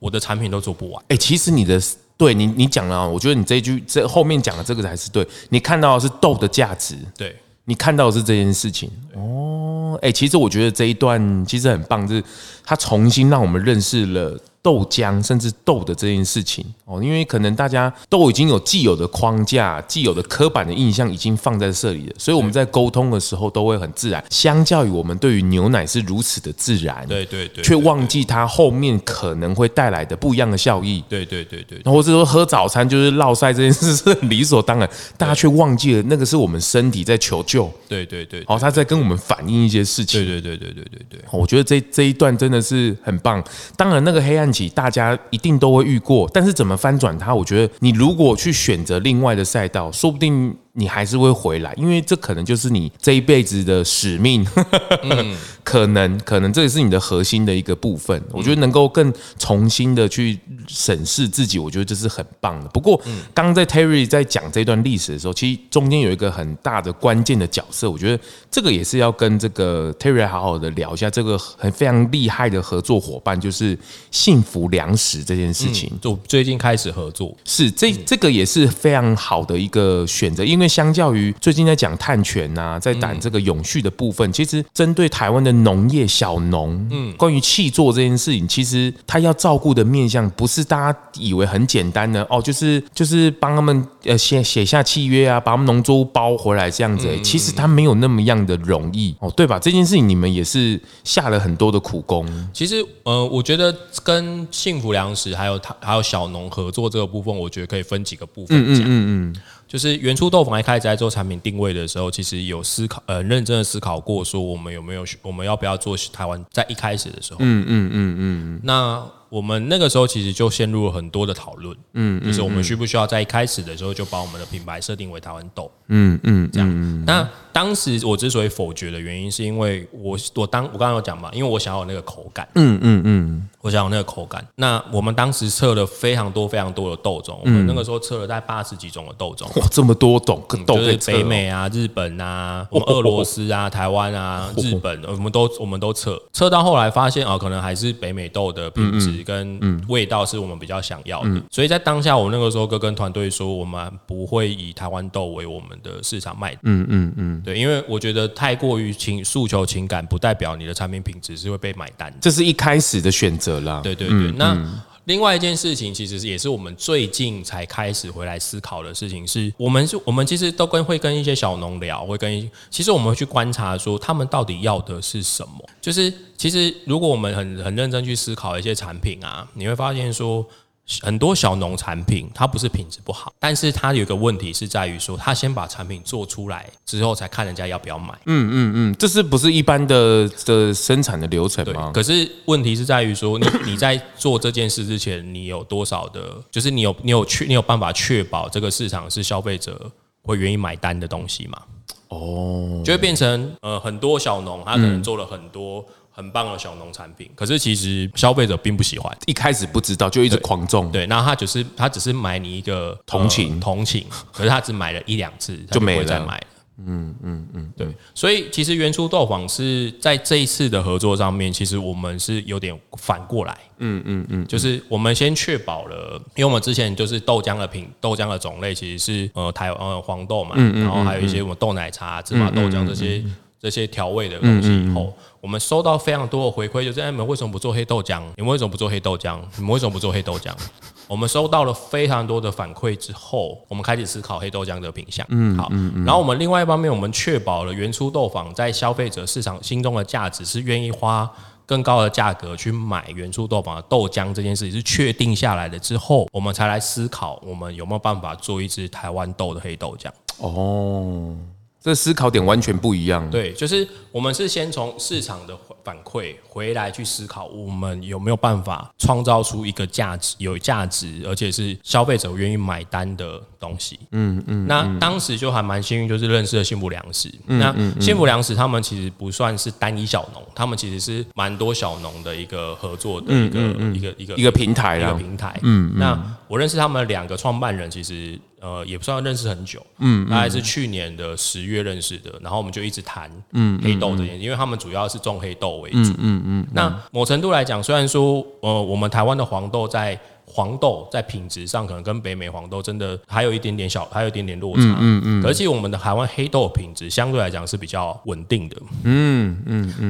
我的产品都做不完。
哎、其实你的对你你讲了啊，我觉得你这一句这后面讲的这个才是对，你看到的是豆的价值，
对。
你看到的是这件事情哦。哎、其实我觉得这一段其实很棒，就是它重新让我们认识了。豆浆甚至豆的这件事情哦，因为可能大家都已经有既有的框架、既有的刻板的印象已经放在这里了，所以我们在沟通的时候都会很自然。相较于我们对于牛奶是如此的自然，
对对对
却
对
忘记它后面可能会带来的不一样的效益。
对对对对，
或者说喝早餐就是落晒这件事是很理所当然，大家却忘记了那个是我们身体在求救，
对对对，
哦，他在跟我们反映一些事情。
对对对对对对对，
哦我觉得这这一段真的是很棒。当然，那个黑暗期大家一定都会遇过，但是怎么翻转它，我觉得你如果去选择另外的赛道，说不定你还是会回来，因为这可能就是你这一辈子的使命。可能可能这也是你的核心的一个部分。我觉得能够更重新的去审视自己，我觉得这是很棒的。不过，刚刚在 Terry 在讲这段历史的时候，其实中间有一个很大的关键的角色，我觉得这个也是要跟这个 Terry 好好的聊一下。这个很非常厉害的合作伙伴就是幸福粮食这件事情。
就最近开始合作，
是这这个也是非常好的一个选择，因为相较于最近在讲碳权呐、
嗯
在谈这个永续的部分，其实针对台湾的农业小农，嗯，关于气作这件事情，其实他要照顾的面向不是大家以为很简单的哦，就是就是帮他们呃写写下契约啊，把他们农作物包回来这样子、
嗯
其实他没有那么样的容易哦，对吧？这件事情你们也是下了很多的苦功，
其实，呃，我觉得跟幸福粮食还有它还有小农合作这个部分，我觉得可以分几个部分讲。嗯嗯就是原初豆坊一开始在做产品定位的时候，其实有思考，呃，认真的思考过，说我们有没有我们要不要做台湾在一开始的时候，嗯嗯嗯嗯。那我们那个时候其实就陷入了很多的讨论，嗯，就是我们需不需要在一开始的时候就把我们的品牌设定为台湾豆，
嗯嗯，
这样。那当时我之所以否决的原因，是因为我我当我刚刚有讲嘛，因为我想要有那个口感，嗯嗯嗯，我想要有那个口感。那我们当时测了非常多非常多的豆种，我们那个时候测了大概八十几种的豆种，
哇，这么多懂跟豆
就
可以
是
测哦
北美啊、日本啊、我们俄罗斯 <laughs> 啊、台湾啊、日本，我们都我们都测测到后来发现啊，可能还是北美豆的品质跟味道是我们比较想要的，所以在当下，我那个时候跟跟团队说，我们不会以台湾豆为我们的市场卖，嗯嗯嗯，对，因为我觉得太过于情诉求情感，不代表你的产品品质是会被买单的。
这是一开始的选择啦。
对对对，那。另外一件事情，其实是也是我们最近才开始回来思考的事情是，我们是我们其实都跟会跟一些小农聊，会跟一其实我们会去观察说他们到底要的是什么。就是其实如果我们很很认真去思考一些产品啊，你会发现说很多小农产品它不是品质不好，但是它有一个问题是在于说，他先把产品做出来之后，才看人家要不要买。
嗯，这是不是一般的的生产的流程
对，
吗？
可是问题是在于说，你你在做这件事之前，你有多少的，就是你有你有确你有办法确保这个市场是消费者会愿意买单的东西吗？哦，就会变成呃，很多小农他可能做了很多很棒的小农产品，可是其实消费者并不喜欢。
一开始不知道就一直狂种，
对，那他只是他只是买你一个
同情
呃同情，可是他只买了一两次，他
就
不
没
会再
了
买了。嗯嗯嗯，对，所以其实原初豆坊是在这一次的合作上面，其实我们是有点反过来，嗯嗯嗯，就是我们先确保了，因为我们之前就是豆浆的品、豆浆的种类其实是呃台呃黄豆嘛，然后还有一些我们豆奶茶、芝麻豆浆这些这些调味的东西以后，我们收到非常多的回馈，就是哎你们为什么不做黑豆浆？你们为什么不做黑豆浆？你们为什么不做黑豆浆？我们收到了非常多的反馈之后，我们开始思考黑豆浆的品相。嗯，好。然后我们另外一方面，我们确保了原初豆坊在消费者市场心中的价值是愿意花更高的价格去买原初豆坊的豆浆这件事情是确定下来了之后，我们才来思考我们有没有办法做一支台湾豆的黑豆浆。
哦，这思考点完全不一样。，
对，就是我们是先从市场的反馈回来去思考，我们有没有办法创造出一个价值、有价值，而且是消费者愿意买单的东西。嗯嗯。嗯那当时就还蛮幸运，就是认识了幸福粮食。那幸福粮食他们其实不算是单一小农，他们其实是蛮多小农的一个合作的一个、一个嗯一个
一个平台
一个
啦。
平台。嗯，那我认识他们两个创办人，其实呃也不算认识很久，嗯，大概是去年的十月认识的，然后我们就一直谈嗯黑豆这件事，因为他们主要是种黑豆为主，嗯嗯嗯。那某程度来讲，虽然说呃我们台湾的黄豆在黄豆在品质上可能跟北美黄豆真的还有一点点小，还有一点点落差，嗯嗯。而且我们的台湾黑豆品质相对来讲是比较稳定的，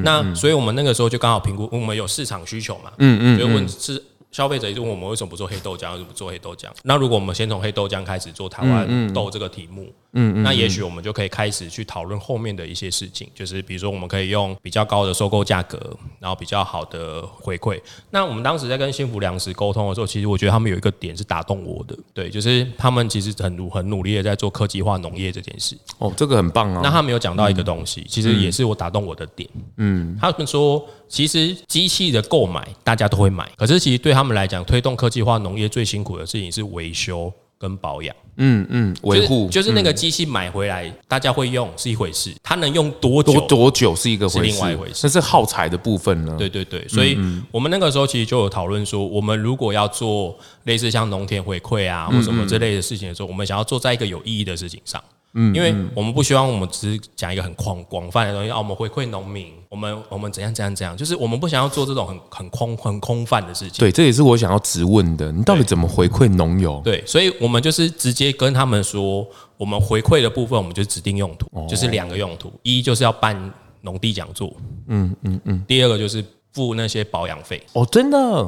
那所以我们那个时候就刚好评估，我们有市场需求嘛，嗯嗯嗯，所以问是消费者一直问我们为什么不做黑豆浆，为什么不做黑豆浆？那如果我们先从黑豆浆开始做台湾豆这个题目，嗯嗯，那也许我们就可以开始去讨论后面的一些事情，就是比如说我们可以用比较高的收购价格，然后比较好的回馈。那我们当时在跟幸福粮食沟通的时候，其实我觉得他们有一个点是打动我的，对，就是他们其实很努很努力的在做科技化农业这件事。
哦，嗯这个很棒
那
啊。
他们有讲到一个东西，其实也是我打动我的点。嗯，他们说，其实机器的购买大家都会买，可是其实对他们来讲，推动科技化农业最辛苦的事情是维修跟保养。
嗯嗯，维护
就是就是那个机器买回来、大家会用是一回事，它能用多久？
多多久是一个回
是另外一回
事
事，
那是耗材的部分呢。
对对对，所以我们那个时候其实就有讨论说，我们如果要嗯做类似像农田回馈啊或什么这类的事情的时候，我们想要做在一个有意义的事情上。嗯，因为我们不希望我们只是讲一个很广广泛的东西啊，我们回馈农民，我们我们怎样怎样怎样，就是我们不想要做这种很很空很空泛的事情。
对，这也是我想要质问的，你到底怎么回馈农友？
对，所以我们就是直接跟他们说，我们回馈的部分，我们就指定用途，就是两个用途，一就是要办农地讲座，嗯嗯嗯，第二个就是付那些保养费。
哦，真的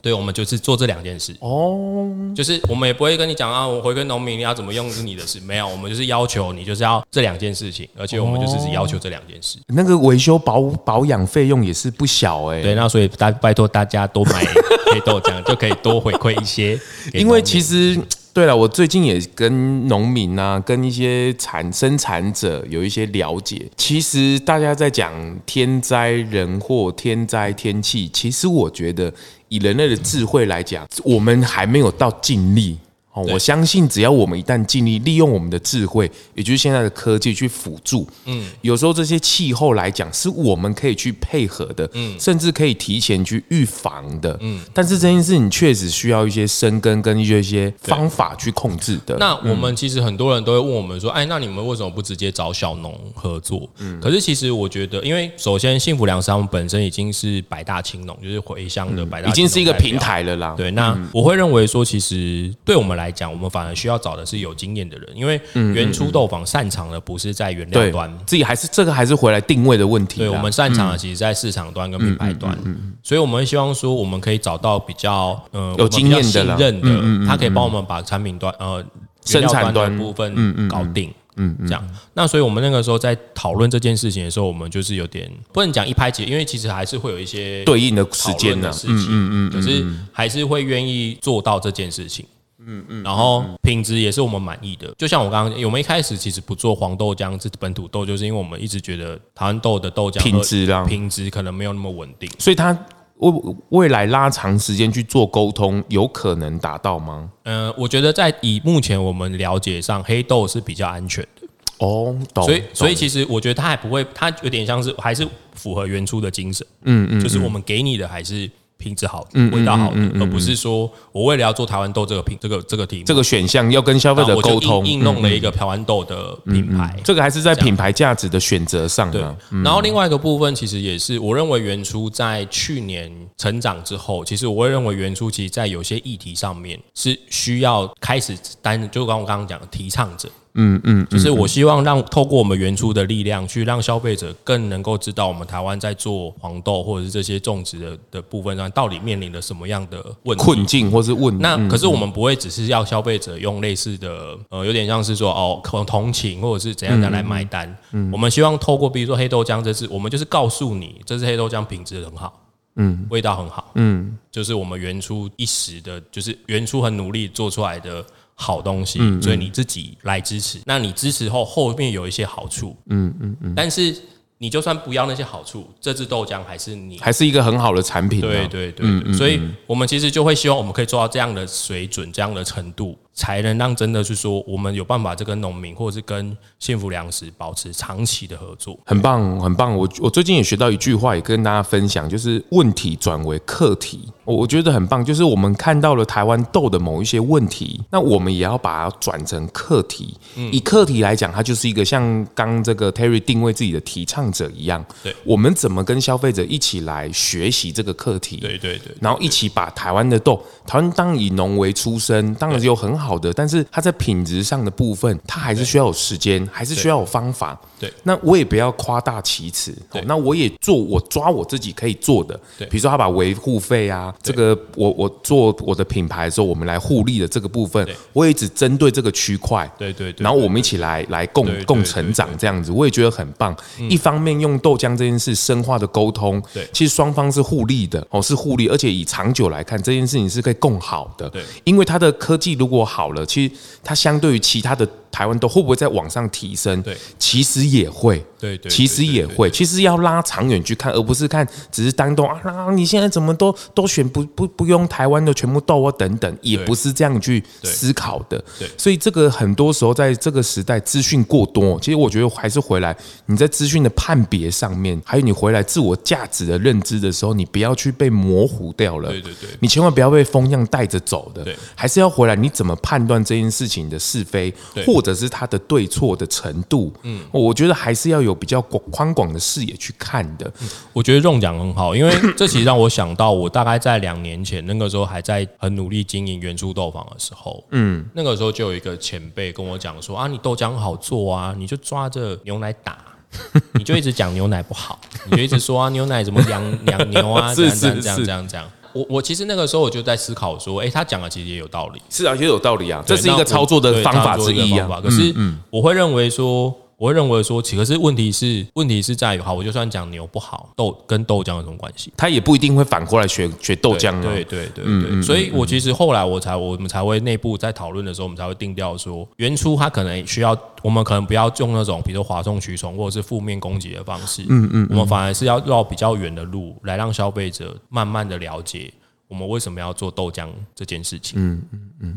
对，我们就是做这两件事。
哦，
就是我们也不会跟你讲啊，我回归农民你要怎么用是你的事，没有，我们就是要求你就是要这两件事情，而且我们就是只要求这两件事。
那个维修保保养费用也是不小哎、
对，那所以大拜托大家多买黑豆浆，就可以多回馈一些给农民。
因为其实，对了，我最近也跟农民啊，跟一些产生产者有一些了解。其实大家在讲天灾人祸、天灾天气，其实我觉得以人类的智慧来讲，我们还没有到尽力。哦，
对
我相信只要我们一旦尽力，利用我们的智慧，也就是现在的科技去辅助，嗯，有时候这些气候来讲，是我们可以去配合的，嗯，甚至可以提前去预防的，嗯。但是这件事情确实需要一些深耕跟一些一些方法去控制的。
那我们其实很多人都会问我们说，哎，那你们为什么不直接找小农合作？
嗯
可是其实我觉得，因为首先幸福粮食他们本身已经是百大青农，就是回乡的百
嗯
大青农代表、
已经是一个平台了啦，
对，那我会认为说，其实对我们来讲，我们反而需要找的是有经验的人，因为
嗯
原初豆坊擅长的不是在原料
对
端，，
自己还是这个还是回来定位的问题啦。
对我们擅长的其实在市场端跟品牌
嗯
端，所以我们会希望说，我们可以找到比较呃
有经验的
的、
啦嗯
信任的，他可以帮我们把产品端呃
生产
原料
端嗯
的部分搞定。嗯，这样。那所以我们那个时候在讨论这件事情的时候，我们就是有点不能讲一拍即，因为其实还是会有一些
对应的时
讨
间
论
呢
的，事情，嗯嗯可是还是会愿意做到这件事情。嗯嗯，然后品质也是我们满意的。就像我刚刚，我们一开始其实不做黄豆浆，这本土豆，就是因为我们一直觉得台湾豆的豆浆
品质啦
品质可能没有那么稳定。
所以他未未来拉长时间去做沟通，有可能达到吗？
嗯、我觉得在以目前我们了解上，黑豆是比较安全的，
哦，懂。
所以所以
懂
其实我觉得它还不会，它有点像是还是符合原初的精神。嗯嗯，就是我们给你的还是品质好的，味道好的，而不是说我为了要做台湾豆这个品这个这个题目，
这个选项要跟消费
那
者
我
沟
就
通，嗯
硬硬弄了一个台湾豆的品牌。
这个还是在品牌价值的选择上
对
啊。，
然后另外一个部分，其实也是我认为原初在去年成长之后，其实我会认为原初其实在有些议题上面是需要开始担，就刚我刚刚讲的提倡者，
嗯嗯，
就是我希望让透过我们原初的力量，去让消费者更能够知道我们台湾在做黄豆或者是这些种植的的部分上，到底面临了什么样的问题。
困境或是问
那
嗯
可是我们不会只是要消费者用类似的，呃，有点像是说哦，可能同情或者是怎样的来买单。我们希望透过比如说黑豆浆这次，我们就是告诉你，这次黑豆浆品质很好，嗯，味道很好，嗯，就是我们原初一时的，就是原初很努力做出来的。好东西，所以你自己来支持。那你支持后，后面有一些好处，嗯嗯嗯。但是你就算不要那些好处，这支豆浆还是你
还是一个很好的产品、啊。
对对对对，所以我们其实就会希望我们可以做到这样的水准、这样的程度，才能让真的是说我们有办法这跟农民或者是跟幸福粮食保持长期的合作。
很棒，很棒。我我最近也学到一句话，也跟大家分享，就是问题转为课题。我我觉得很棒，就是我们看到了台湾豆的某一些问题，那我们也要把它转成课题。
嗯
以课题来讲，它就是一个像刚这个 Terry 定位自己的提倡者一样。
对
我们怎么跟消费者一起来学习这个课题？
对对对，
然后一起把台湾的豆，台湾当以农为出身，当然是有很好的，但是它在品质上的部分，它还是需要有时间，还是需要有方法。
对
那我也不要夸大其词，
对
哦那我也做我抓我自己可以做的，
对
比如说他把维护费啊，这个我我做我的品牌的时候，我们来互利的这个部分
对，
我也只针对这个区块，
对对对
然后我们一起来来共
对对嗯
共成长这样子，我也觉得很棒。一方面用豆浆这件事深化的沟通，
对
其实双方是互利的哦，是互利，而且以长久来看，这件事情是可以共好的，
对
因为它的科技如果好了，其实它相对于其他的台湾豆会不会在往上提升？
对
其实也会，
对对
其实
对对
也
对
会，其实要拉长远去看，而不是看只是单豆啊啊，你现在怎么都都选不不不用台湾的全部豆啊等等，也
对
不是这样去
对
思考的
对。
所以这个很多时候在这个时代资讯过多，其实我觉得还是回来你在资讯的判别上面，还有你回来自我价值的认知的时候，你不要去被模糊掉了。
对对对
你千万不要被风向带着走的
对，
还是要回来。你怎么判断这件事情的是非，
对
或者是它的对错的程度，嗯，我觉得还是要有比较广宽广的视野去看的。
我觉得中奖很好，因为 <coughs> 这其实让我想到，我大概在两年前那个时候还在很努力经营原初豆坊的时候，嗯，那个时候就有一个前辈跟我讲说啊，你豆浆好做啊，你就抓着牛奶打。 <laughs> 你就一直讲牛奶不好，你就一直说啊牛奶怎么养 <laughs> 养牛啊，这
<laughs> 是
样这样
是
这样
是
这样这样。我我其实那个时候我就在思考说，哎、他讲的其实也有道理，
是啊，也有道理啊，这
对
是一
那
个
我
操作的
对
方法
操作
之
的
一啊
方法。可是我会认为说，我会认为说，其可是问题是，问题是在于，好，我就算讲牛不好，豆跟豆浆有什么关系？
他也不一定会反过来学学豆浆啊。
对对对对对，所以我其实后来我才我们才会内部在讨论的时候，我们才会定调说，原初它可能需要我们可能不要用那种比如说哗众取宠或者是负面攻击的方式，嗯嗯，我们反而是要绕比较远的路来让消费者慢慢的了解我们为什么要做豆浆这件事情，嗯嗯嗯。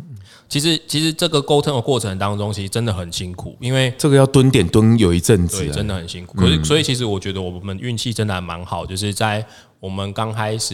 其实其实这个沟通的过程当中，其实真的很辛苦，因为
这个要蹲点蹲有一阵子
对，
啊，
真的很辛苦。可是，所以其实我觉得我们运气真的还蛮好，就是在我们刚开始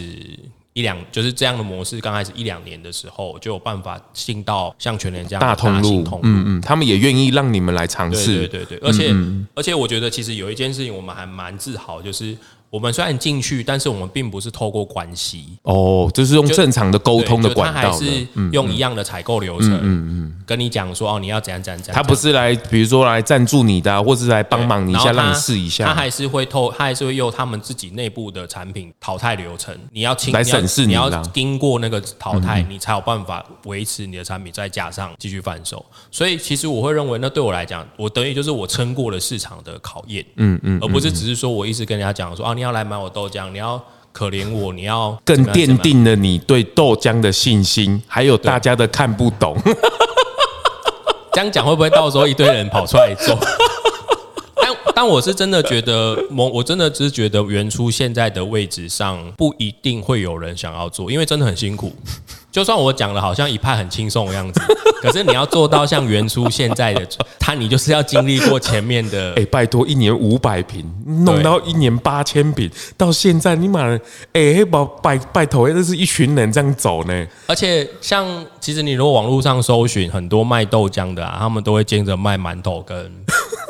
一两，就是这样的模式，刚开始一两年的时候，就有办法进到像全联这样的
大通路
型通，
嗯嗯，他们也愿意让你们来尝
对对
试。
对对，而且、
嗯
而且我觉得其实有一件事情我们还蛮自豪，就是我们虽然进去，但是我们并不是透过关系，
哦，就是用
就
正常的沟通的
对就
管
他
道
还是
的。嗯
用一样的采购流程，跟你讲说哦，你要怎样怎样怎样，
他不是来，比如说来赞助你的啊，或是来帮忙你一下，
然后他
让你试一
他
下。
还是会透，他还是会用他们自己内部的产品淘汰流程，你要清
来
你要
审视你
你要
啦嗯
经过那个淘汰，你才有办法维持你的产品在架上继续贩售。所以其实我会认为，那对我来讲，我等于就是我撑过了市场的考验，嗯嗯，而不是只是说我一直跟人家讲说啊，你要来买我豆浆，你要可怜我，你要怎
更
么样
奠。
怎么样
定了你对豆浆的信心，还有大家的看不懂。
这样讲会不会到时候一堆人跑出来揍？ <laughs> 但但我是真的觉得，我我真的只是觉得原初现在的位置上不一定会有人想要做，因为真的很辛苦。就算我讲的好像一派很轻松的样子， <laughs> 可是你要做到像原初现在的他，你就是要经历过前面
<laughs> <laughs>
的
哎、。拜托，一年五百瓶，弄到一年八千瓶，到现在你妈的，哎、欸，拜拜拜托，那是一群人这样走呢。
而且像其实你如果网络上搜寻很多卖豆浆的啊，他们都会兼着卖馒头跟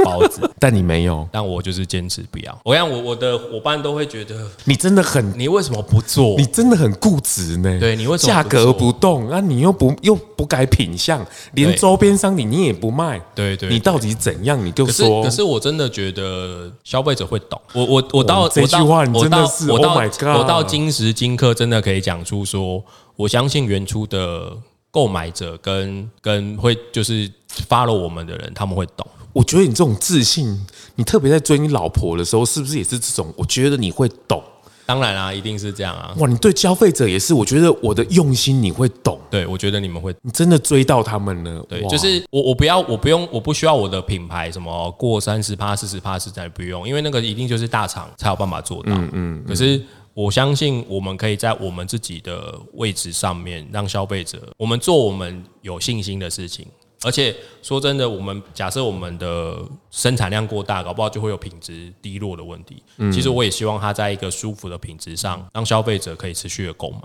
包子， <laughs>
但你没有，
但我就是坚持不要。我想我我的伙伴都会觉得
你真的很，
你为什么不做？
你真的很固执呢。
对你为什么
价
不
格
做
不动啊？你又不又不改品相，连
对
周边商品你也不卖。
对对
你
对
到底怎样？你就
可是
说。
可是我真的觉得消费者会懂。我我我到
哇哦这
我到
句话你
我
真的
到
是
我
Oh
到
my God
我到今时今刻真的可以讲出说，我相信原初的购买者跟跟会就是 follow 我们的人，他们会懂。
我觉得你这种自信，你特别在追你老婆的时候，是不是也是这种？我觉得你会懂
当然啦、一定是这样啊。
哇！你对消费者也是，我觉得我的用心你会懂，
对，我觉得你们会
你真的追到他们了。
对，
哇
就是我我不要，我不用，我不需要我的品牌什么过三十趴、四十趴是在不用，因为那个一定就是大厂才有办法做到。嗯嗯。可是我相信我们可以在我们自己的位置上面，让消费者我们做我们有信心的事情。而且说真的，我们假设我们的生产量过大，搞不好就会有品质低落的问题。其实我也希望它在一个舒服的品质上，让消费者可以持续的购买。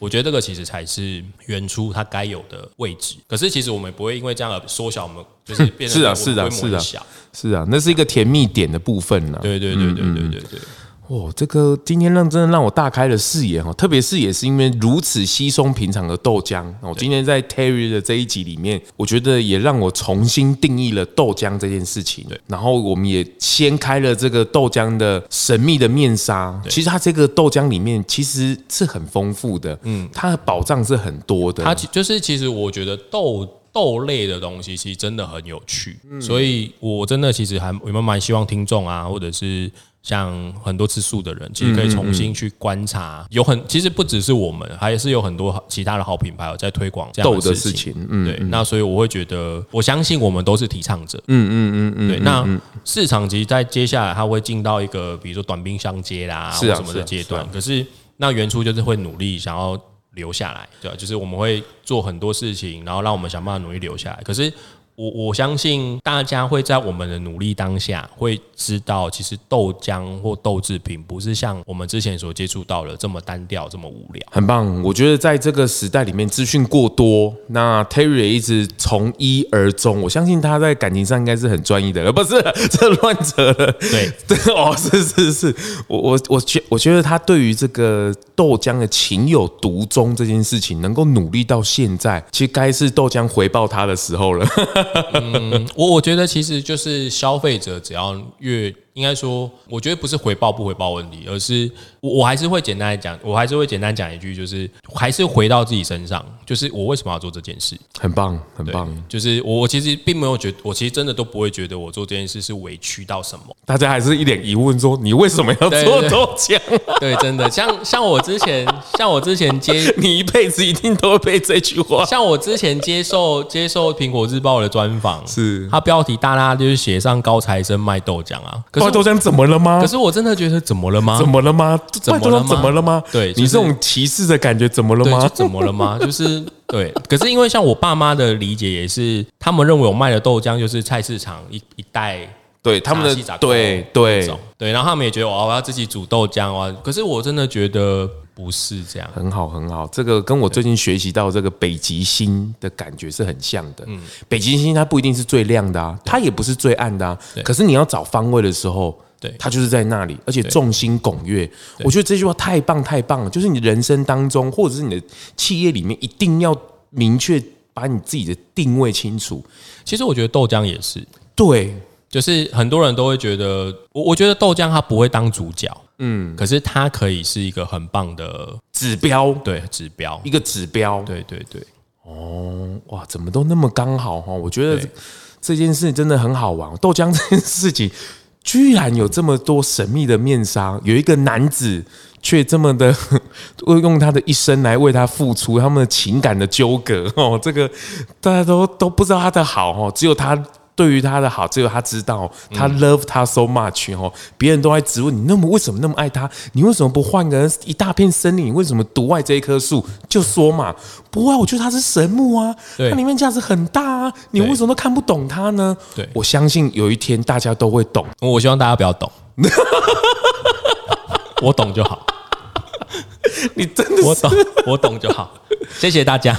我觉得这个其实才是原初它该有的位置。可是其实我们不会因为这样而缩小我们，就是变成
是啊
我们
是啊
规模
是啊
很小。
是啊，那是一个甜蜜点的部分啊呢、
对对对对
嗯
对对对。
哦，这个今天让真的让我大开了视野哦，特别是也是因为如此稀松平常的豆浆，我、今天在 Terry 的这一集里面，我觉得也让我重新定义了豆浆这件事情。
对，
然后我们也掀开了这个豆浆的神秘的面纱。其实它这个豆浆里面其实是很丰富的，嗯，它的宝藏是很多的。
它其就是其实我觉得豆豆类的东西其实真的很有趣，
嗯
所以我真的其实还我们蛮希望听众啊，或者是像很多吃素的人，
嗯
其实可以重新去观察，有很其实不只是我们，还是有很多其他的好品牌有在推广这样
豆的
事
事
情
情。
对，那所以我会觉得，我相信我们都是提倡者。嗯嗯嗯嗯。对，那市场其实在接下来它会进到一个比如说短兵相接啦，
是啊
或什么
是
的
啊
阶
是
段
啊。
可是那原初就是会努力想啊要留下来，对吧、就是我们会做很多事情，然后让我们想办法努力留下来。可是我我相信大家会在我们的努力当下，会知道其实豆浆或豆制品不是像我们之前所接触到的这么单调、这么无聊。
很棒，我觉得在这个时代里面，资讯过多，那 Terry 也一直从一而终。我相信他在感情上应该是很专一的，呃，不是 <laughs> 这乱扯了。
对
对， <laughs> 哦，是是是，我我我觉我觉得他对于这个豆浆的情有独钟这件事情，能够努力到现在，其实该是豆浆回报他的时候了。 <laughs>
我我觉得其实就是消费者只要越应该说，我觉得不是回报不回报问题，而是我我还是会简单地讲，我还是会简单讲一句，就是还是回到自己身上，就是我为什么要做这件事？
很棒，很
对
棒，
就是我我其实并没有觉得，我其实真的都不会觉得我做这件事是委屈到什么。
大家还是一脸疑问说，你为什么要
对
做
对
豆浆？ <laughs>
对，真的，像像我之前，像我之前接
你一辈子一定都会被这句话。
像我之前接受接受苹果日报的专访，
是
它标题大大就是写上高材生卖豆浆啊。
怪
可是
豆
我
浆怎么了吗
可？是我真的觉得怎么了吗？
怎么了吗？
啊怎么了吗
怎么了吗？
对就是
你这种歧视的感觉怎么了
对
吗
就？怎么了吗？ <laughs> 就是对，可是因为像我爸妈的理解也是，他们认为我卖的豆浆就是菜市场一一袋
对他们
杂七杂
的
扣
对
那
对
种，对，然后他们也觉得哦，我要自己煮豆浆啊。可是我真的觉得不是这样，
很好很好，这个跟我最近学习到这个北极星的感觉是很像的。嗯，北极星它不一定是最亮的啊，它也不是最暗的啊。可是你要找方位的时候。
对
它就是在那里，而且众星拱月，我觉得这句话太棒太棒了。就是你人生当中，或者是你的企业里面，一定要明确把你自己的定位清楚。
其实我觉得豆浆也是，
对，
就是很多人都会觉得，我我觉得豆浆它不会当主角，嗯，可是它可以是一个很棒的
指标
对指标
一，个指标，
对对对，
哇，怎么都那么刚好哈、哦？我觉得
对
这件事真的很好玩哦，豆浆这件事情居然有这么多神秘的面纱，有一个男子却这么的 <laughs> 用他的一生来为他付出，他们的情感的纠葛 <laughs> 哦，这个大家都都不知道他的好哦，只有他。对于他的好，只有他知道，他 love 他 so much 哦，别人都在质问你，那么为什么那么爱他？你为什么不换个人一大片森林？你为什么独爱这一棵树？就说嘛，不啊，我觉得他是神木啊，
对
他里面价值很大啊，你为什么都看不懂他呢？
对
我相信有一天大家都会懂。 <laughs>
我希望大家不要 <laughs> 懂，我懂就好，
你真的
<laughs> 我
是
懂，我懂就好，谢谢大家。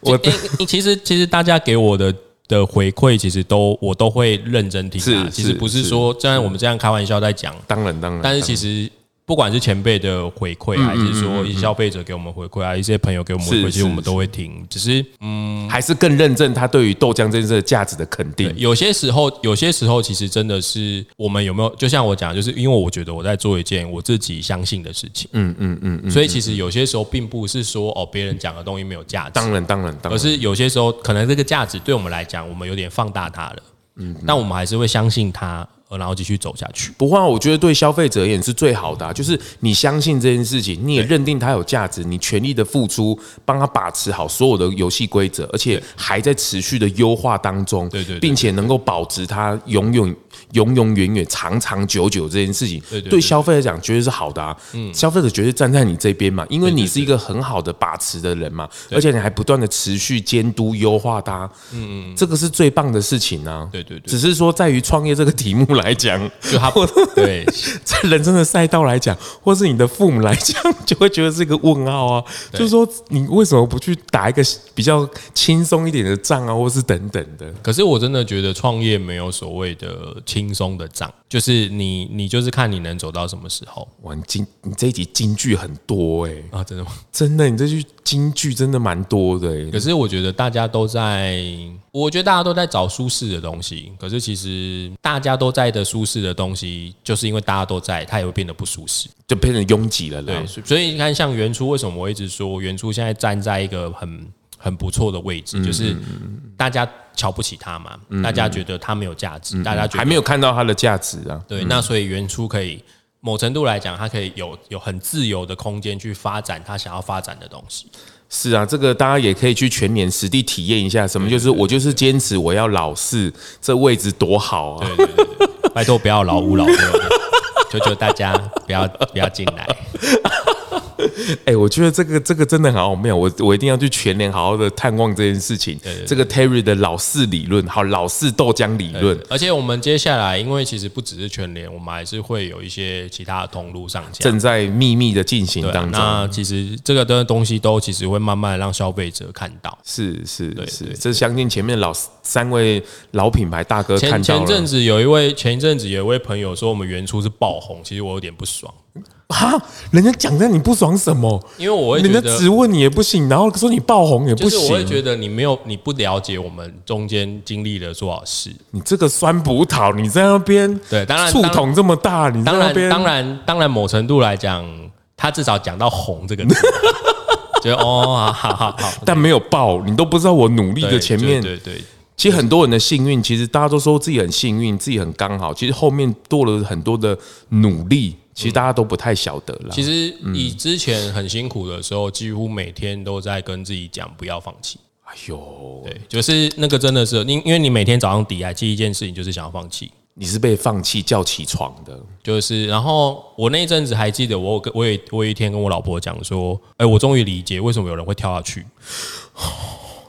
我
其诶诶其实其实大家给我的的回馈，其实都我都会认真听啊。
是
其实
是
不是
是
说虽然我们这样开玩笑在讲，
当然当然，
但是其实不管是前辈的回馈啊，还
嗯
是说一些消费者给我们回馈啊，一些朋友给我们回馈，
是
其实我
是
们都会听。只是
当然还是更认证他对于豆浆这件事的价值的肯
对，
定。
有些时候，有些时候其实真的是我们有没有，就像我讲，就是因为我觉得我在做一件我自己相信的事情，嗯嗯嗯，所以其实有些时候并不是说哦别人讲的东西没有价值，
当然当然当
而
然，
是有些时候可能这个价值对我们来讲，我们有点放大它了，嗯，但我们还是会相信它，呃然后继续走下去。
不过啊我觉得对消费者而言是最好的啊、就是你相信这件事情，你也认定它有价值，你全力的付出，帮他把持好所有的游戏规则，而且还在持续的优化当中，
对对对
并且能够保持它永永永永远远、长长久久这件事情，
对嗯对
对消费者来讲绝对是好的啊，消费者绝对站在你这边嘛，因为你是一个很好的把持的人嘛，而且你还不断的持续监督优化它，嗯，这个是最棒的事情啊，
对对对
只是说在于创业这个题目来讲。
就 <laughs> 它对，
<laughs> 在人生的赛道来讲，或是你的父母来讲， <laughs> 就会觉得是一个问号啊。就是说，你为什么不去打一个比较轻松一点的仗啊，或是等等的？
可是我真的觉得创业没有所谓的轻松的账，就是你你就是看你能走到什么时候
哇，你金你这一集金句很多哎、
啊，真的吗？
真的，你这句金句真的蛮多的、欸。
可是我觉得大家都在，我觉得大家都在找舒适的东西。可是其实大家都在的舒适的东西，就是因为大家都在，它也会变得不舒适。
就变成拥挤了啦
对，。所以你看，像原初为什么我一直说原初现在站在一个很很不错的位置，
嗯
就是大家瞧不起他嘛，大家觉得他没有价值，大家觉
嗯还
得
没有看到它的价值啊。
对，那所以原初可以某程度来讲，它可以有有很自由的空间去发展它想要发展的东西。
是啊，这个大家也可以去全年实地体验一下，什么就是我就是坚持我要老四，这位置多好啊！
对对对对，拜托不 <laughs> 要老五老六，求求大家不要不要进来。
哎、我觉得这个这个真的很奥妙，我我一定要去全年好好的探望这件事情。这个 Terry 的老式理论，好老式豆浆理论，
而且我们接下来，因为其实不只是全联，我们还是会有一些其他的通路上架。
正在秘密的进行
对啊，
当中。
那其实这个的东西都其实会慢慢让消费者看到。
是是是
对，
这相信前面老三位老品牌大哥
前
看到
前阵
了。
子有一位前一阵子有一位朋友说我们原初是爆红，其实我有点不爽，
哈，人家讲的你不爽什么？
因为我会
人家
觉得
质问你也不行，然后说你爆红也
就
不
是
行，
我会觉得你没有你不了解我们中间经历了多少事。
你这个酸葡萄，你在那边
对当然
触筒这么大，你在
当
那
然，
边
当然，当然，某程度来讲，他至少讲到红这
<laughs>
个字，觉得哦，好好好好，
但没有爆，你都不知道我努力的
对
前面。
对对对
其实很多人的幸运，其实大家都说自己很幸运，自己很刚好，其实后面多了很多的努力，其实大家都不太晓得了。
其实
嗯
以之前很辛苦的时候，几乎每天都在跟自己讲不要放弃。
哎呦，
对，就是那个真的是，因因为你每天早上抵赖记一件事情，就是想要放弃。
你是被放弃叫起床的，
就是，然后我那一阵子还记得我有跟，我有我有一天跟我老婆讲说，哎、我终于理解为什么有人会跳下去。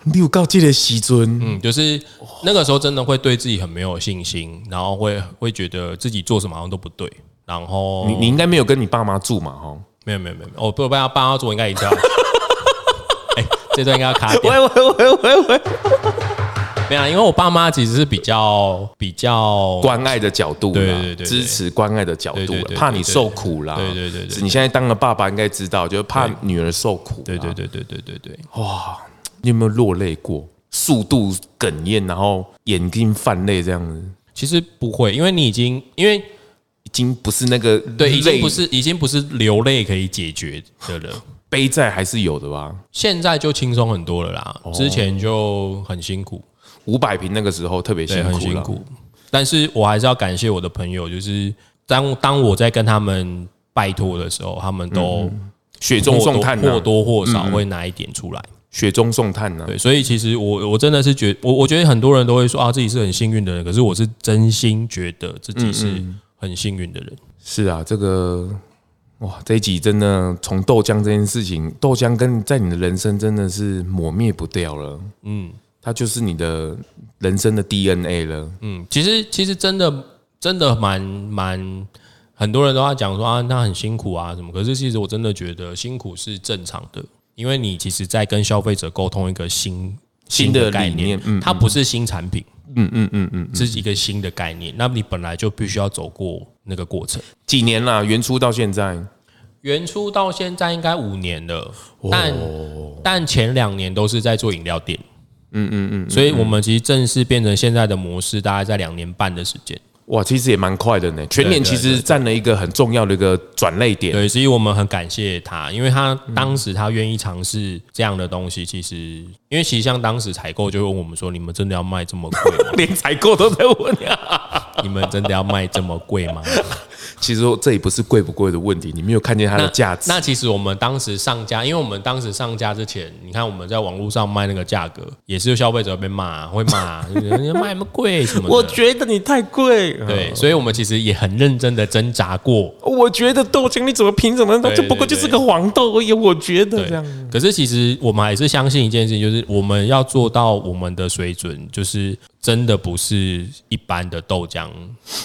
你有告诫的西尊，
嗯，就是那个时候真的会对自己很没有信心，然后会会觉得自己做什么好像都不对，然后
你你应该没有跟你爸妈住嘛？哈，
没有没有没有，我不不要帮他做，应该一定要。哎，这段应该要卡掉。喂喂喂喂喂！没有啊，因为我爸妈其实是比较比较
关爱的角度啦，
对对对对
支持关爱的角
对
度
对
啦
对，对
怕你受苦啦，
对对对对对
你现在当了爸爸，应该知道，就是怕女儿受苦啦。
对对对对对对对，
哇，你有没有落泪过？速度哽咽，然后眼睛泛泪，这样子，
其实不会，因为你已经因为
已经不是那个
对，已经
泪
不是已经不是流泪可以解决的了，
背债还是有的吧？
现在就轻松很多了啦，之前就很辛苦。
五百平那个时候特别辛
对，
苦，
很辛。苦。但是我还是要感谢我的朋友，就是当当我在跟他们拜托的时候，他们都
雪
或
中
多
嗯送炭啊嗯呐、
或多或少会拿一点出来。
雪中送炭呐、
对，所以其实我我真的是觉我我觉得很多人都会说啊自己是很幸运的人，可是我是真心觉得自己
嗯
是很幸运的人。
是啊，这个哇，这一集真的从豆浆这件事情，豆浆跟在你的人生真的是抹灭不掉了。嗯，它就是你的人生的 DNA 了。
嗯，其实其实真的真的蛮蛮。很多人都在讲说啊，那很辛苦啊什么，可是其实我真的觉得辛苦是正常的，因为你其实在跟消费者沟通一个新
新的
概
理念
念，
嗯
它不是新产品，嗯嗯嗯嗯，是一个新的概念，那你本来就必须要走过那个过程。
几年啦，原初到现在，
原初到现在应该五年了，但、但前两年都是在做饮料店，嗯嗯嗯，所以我们其实正式变成现在的模式，大概在两年半的时间。
哇，其实也蛮快的呢。全
对
年
对
其实占了一个很重要的一个转类点。
对，所以我们很感谢他，因为他
嗯
当时他愿意尝试这样的东西，其实因为其实像当时采购就问我们说，你们真的要卖这么贵吗？
<laughs>
<laughs>
连采购都在问啊！
你们真的要卖这么贵吗？
其实这也不是贵不贵的问题，你没有看见它的价值
那。其实我们当时上架，因为我们当时上架之前，你看我们在网络上卖那个价格，也是消费者被骂，啊会骂，就是你卖那么贵什么的。
我觉得你太贵。
对，所以我们其实也很认真的挣扎过。
我觉得豆浆你怎么凭什么？
对
这不过就是个黄豆而已。我觉得这
对
样，，
可是其实我们还是相信一件事情，就是我们要做到我们的水准，就是真的不是一般的豆浆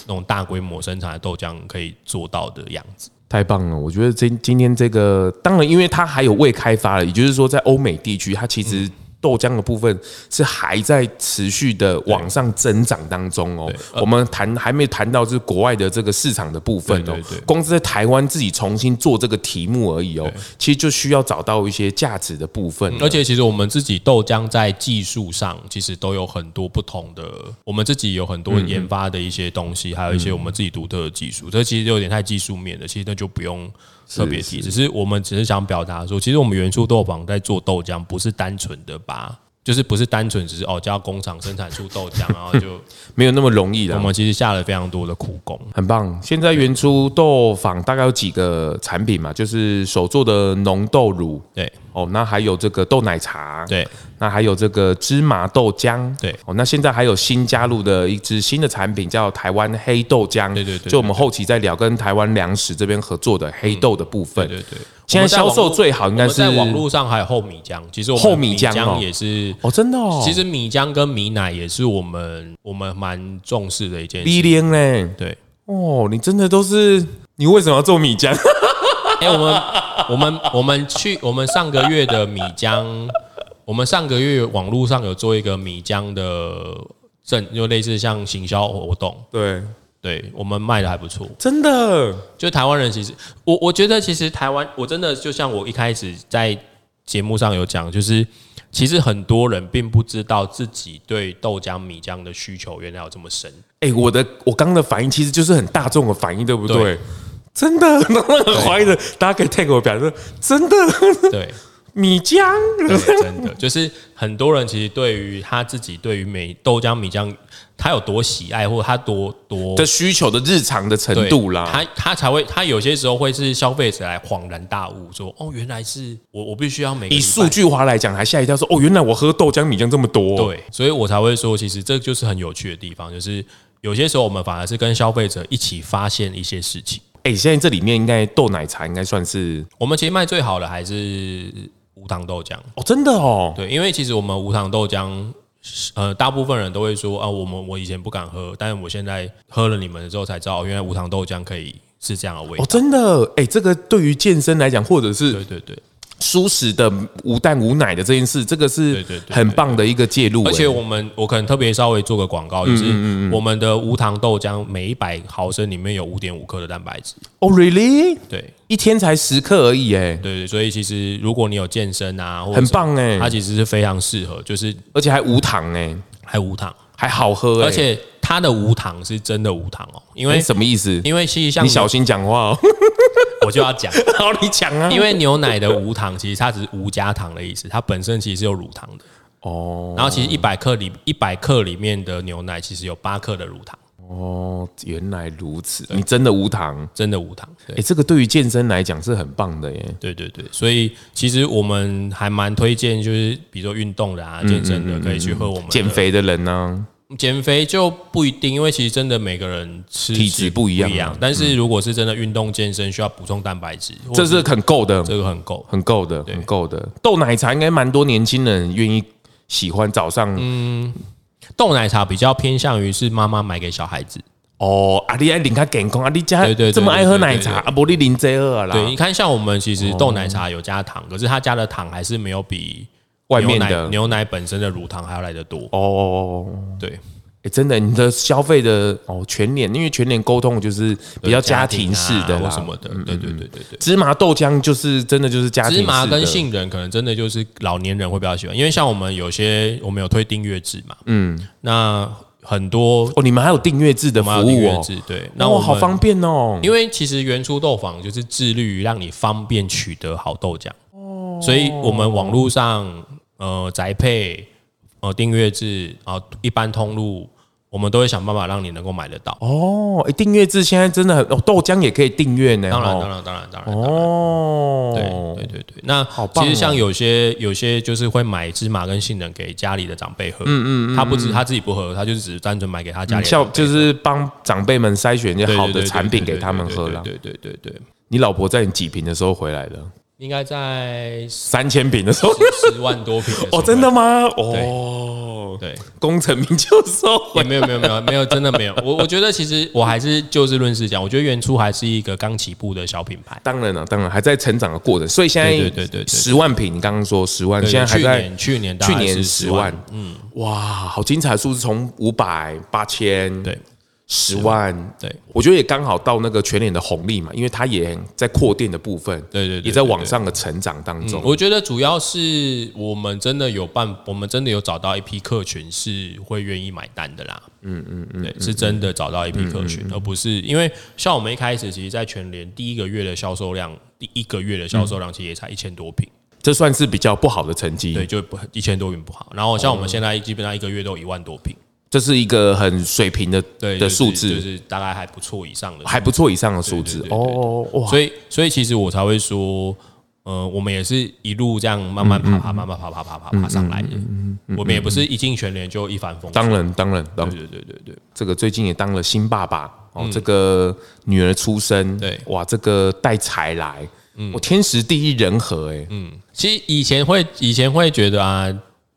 那种大规模生产的豆浆可以做到的样子。
太棒了！我觉得今今天这个，当然因为它还有未开发了，也就是说在欧美地区，它其
嗯
实豆浆的部分是还在持续的往上增长当中哦。
呃
我们谈还没谈到就是国外的这个市场的部分哦
对对对，
光是在台湾自己重新做这个题目而已哦，其实就需要找到一些价值的部分了。
嗯而且其实我们自己豆浆在技术上，其实都有很多不同的，我们自己有很多研发的一些东西，还有一些我们自己独特的技术。这其实有点太技术面的，其实那就不用特别提。只是我们只是想表达说，其实我们原初豆坊在做豆浆，不是单纯的把。就是不是单纯只是哦，叫工厂生产出豆浆，然后 <laughs> 就
没有那么容易
我
的。
们其实下了非常多的苦功。
很棒！现在原初豆坊大概有几个产品嘛，就是手做的浓豆乳
对
哦，那还有这个豆奶茶，
对，
那还有这个芝麻豆浆，
对
哦，那现在还有新加入的一支新的产品叫台湾黑豆浆，
对对对
就我们后期在聊跟台湾粮食这边合作的黑豆的部分，
嗯对对对，
现在销售最好应该是
我们在网络上还有厚米浆，其实我们
厚米浆哦
浆也是
哦，真的哦，
其实米浆跟米奶也是我们我们蛮重视的一件
逼
事。
脸嘞，
对，
哦，你真的都是，你为什么要做米浆？ <laughs>
哎、我们我们我们去我们上个月的米浆，我们上个月网络上有做一个米浆的证，就类似像行销活动，
对，
对我们卖的还不错。
真的，
就台湾人其实，我我觉得其实台湾，我真的就像我一开始在节目上有讲，就是其实很多人并不知道自己对豆浆、米浆的需求原来有这么深。
哎、我的我刚刚的反应其实就是很大众的反应，对不对？
对
真的， <laughs> 然后很怀疑的，大家可以 take 我表示，真的 <laughs>
对，
米浆，
对，真的 <laughs> 就是很多人其实对于他自己对于美豆浆、米浆，他有多喜爱，或者他多多
的需求的日常的程
对
度啦。
他他才会，他有些时候会是消费者来恍然大悟，说哦，原来是我我必须要每个
以
礼
数
拜
据化来讲，还吓一跳说哦，原来我喝豆浆米浆这么多。，
对，所以我才会说，其实这就是很有趣的地方，就是有些时候我们反而是跟消费者一起发现一些事情。
哎、现在这里面应该豆奶茶应该算是
我们其实卖最好的还是无糖豆浆，
哦，真的哦，
对，因为其实我们无糖豆浆，呃，大部分人都会说啊，我们我以前不敢喝，但是我现在喝了你们的之后才知道，原来无糖豆浆可以是这样的味道。
哦，真的，哎、这个对于健身来讲，或者是
对对对，
舒适的无蛋无奶的这件事，这个是
对对对
很棒的一个介入、
而且
哎
我们我可能特别稍微做个广告，
嗯
就是我们的无糖豆浆每一百毫升里面有五点五克的蛋白质。
哦，really，
对
一天才十克而已、哎，
对对，所以其实如果你有健身啊，或者
很
什么
棒哎
它其实是非常适合，就是
而且还无糖、哎，
还无糖，
还好喝、哎
而且它的无糖是真的无糖哦，因为
哎什么意思？
因为其实像
你小心讲话哦， <laughs>
我就要讲，
好，你讲啊，
因为牛奶的无糖其实它只是无加糖的意思，它本身其实是有乳糖的。
哦
然后其实一百克里一百克里面的牛奶其实有八克的乳糖，
哦，原来如此，你真的无糖。
真的无糖。
哎、
对
这个对于健身来讲是很棒的耶！
对对对，所以其实我们还蛮推荐，就是比如说运动的啊、
嗯
健身的，可以去喝我们的
减。肥的人啊呢、
减肥就不一定，因为其实真的每个人吃
体质不一样啊
但是如果是真的运动健身，需要补充蛋白质，
这是很够的，
这个很够。
很够的，很够的。豆奶茶应该蛮多年轻人愿意喜欢，早上、
嗯豆奶茶比较偏向于是妈妈买给小孩子，
哦，啊，你爱领他健康，啊，你家
对对对
这么爱喝奶茶，
对对对
啊，不你零这二啦，
对，你看像我们其实豆
哦
奶茶有加糖，可是它加的糖还是没有比
外面
牛
的
奶
哦
牛奶本身的乳糖还要来的多。
哦哦，哦
对，
哎，真的，你的消费的哦，全脸，因为全脸沟通就是比较家庭式的
啊
啦，
或什么的，对对对对对。
芝麻豆浆就是真的就是家庭
芝麻
式的
跟杏仁可能真的就是老年人会比较喜欢，因为像我们有些我们有推订阅制嘛，嗯，那很多
哦，你们还有订阅制的
我
服
们还有订
务
阅
哦，
制，对，那
那
我
我
们
好方，便哦，
因为其实原初豆坊就是致力于让你方便取得好豆浆，哦，所以我们网络上呃宅配呃订阅制啊、一般通路，我们都会想办法让你能够买得到。
哦，哎，订阅制现在真的很哦，豆浆也可以订阅呢，
当然，
哦
当然，当然，当然，当然
哦，
对对对对，那
棒
其实像
哦
有些有些就是会买芝麻跟杏仁给家里的长辈喝，嗯嗯他不只他自己不喝，他就只是单纯买给他家里
嗯
的
像
长辈
就是帮长辈们筛选一些
对对
好的
对对
产
对
品
对
给他们
对
喝
对
啦。
对对对对，对
你老婆在你几瓶的时候回来了？
应
<laughs>
该在十
三千瓶的
<laughs>
时候。
十万多瓶的时候
哦，真的？吗？哦，
对，
功成名就收。
也没有没有没有没有，真的没有。我我觉得其实 <laughs> 我还是就事论事讲，我觉得原初还是一个刚起步的小品牌。
当然了，当然还在成长的过程，所以现在
对对对对对对
十万瓶，你刚刚说十万，
对
现在还
去
在
年去年大
去
概
年
是
十
10
万
万，
嗯，哇，好精彩的数字，从五百、八千，
对
十万，
对
我觉得也刚好到那个全脸的红利嘛，因为它也在扩店的部分，
对对对
也在
对
往
对
上的成长当中。
嗯我觉得主要是我们真的有办，我们真的有找到一批客群是会愿意买单的啦。嗯嗯嗯，对，是真的找到一批
嗯
客群，而不是因为像我们一开始，其实，在全联第一个月的销售量，第一个月的
嗯
销售量其实也才一千多瓶，
这算是比较不好的成绩，
对，就不一千多瓶不好。然后像我
哦
们现在基本上一个月都有一万多瓶，
这是一个很水平的
对
的
就是
数字，
就是大概还不错以上的数字，
还不错以上的数字
对对对对
哦，哇，
所以，所以其实我才会说，呃，我们也是一路这样慢慢
嗯
爬爬，慢慢爬爬爬爬爬上来的。我们也不是一进全联就一帆风
当
顺。
然当然当
对对对对对，
这个最近也当了新爸爸哦，这个女儿出生，
对嗯
哇，这个带财来，我天时地利人和、哎、
其实以前会以前会觉得啊，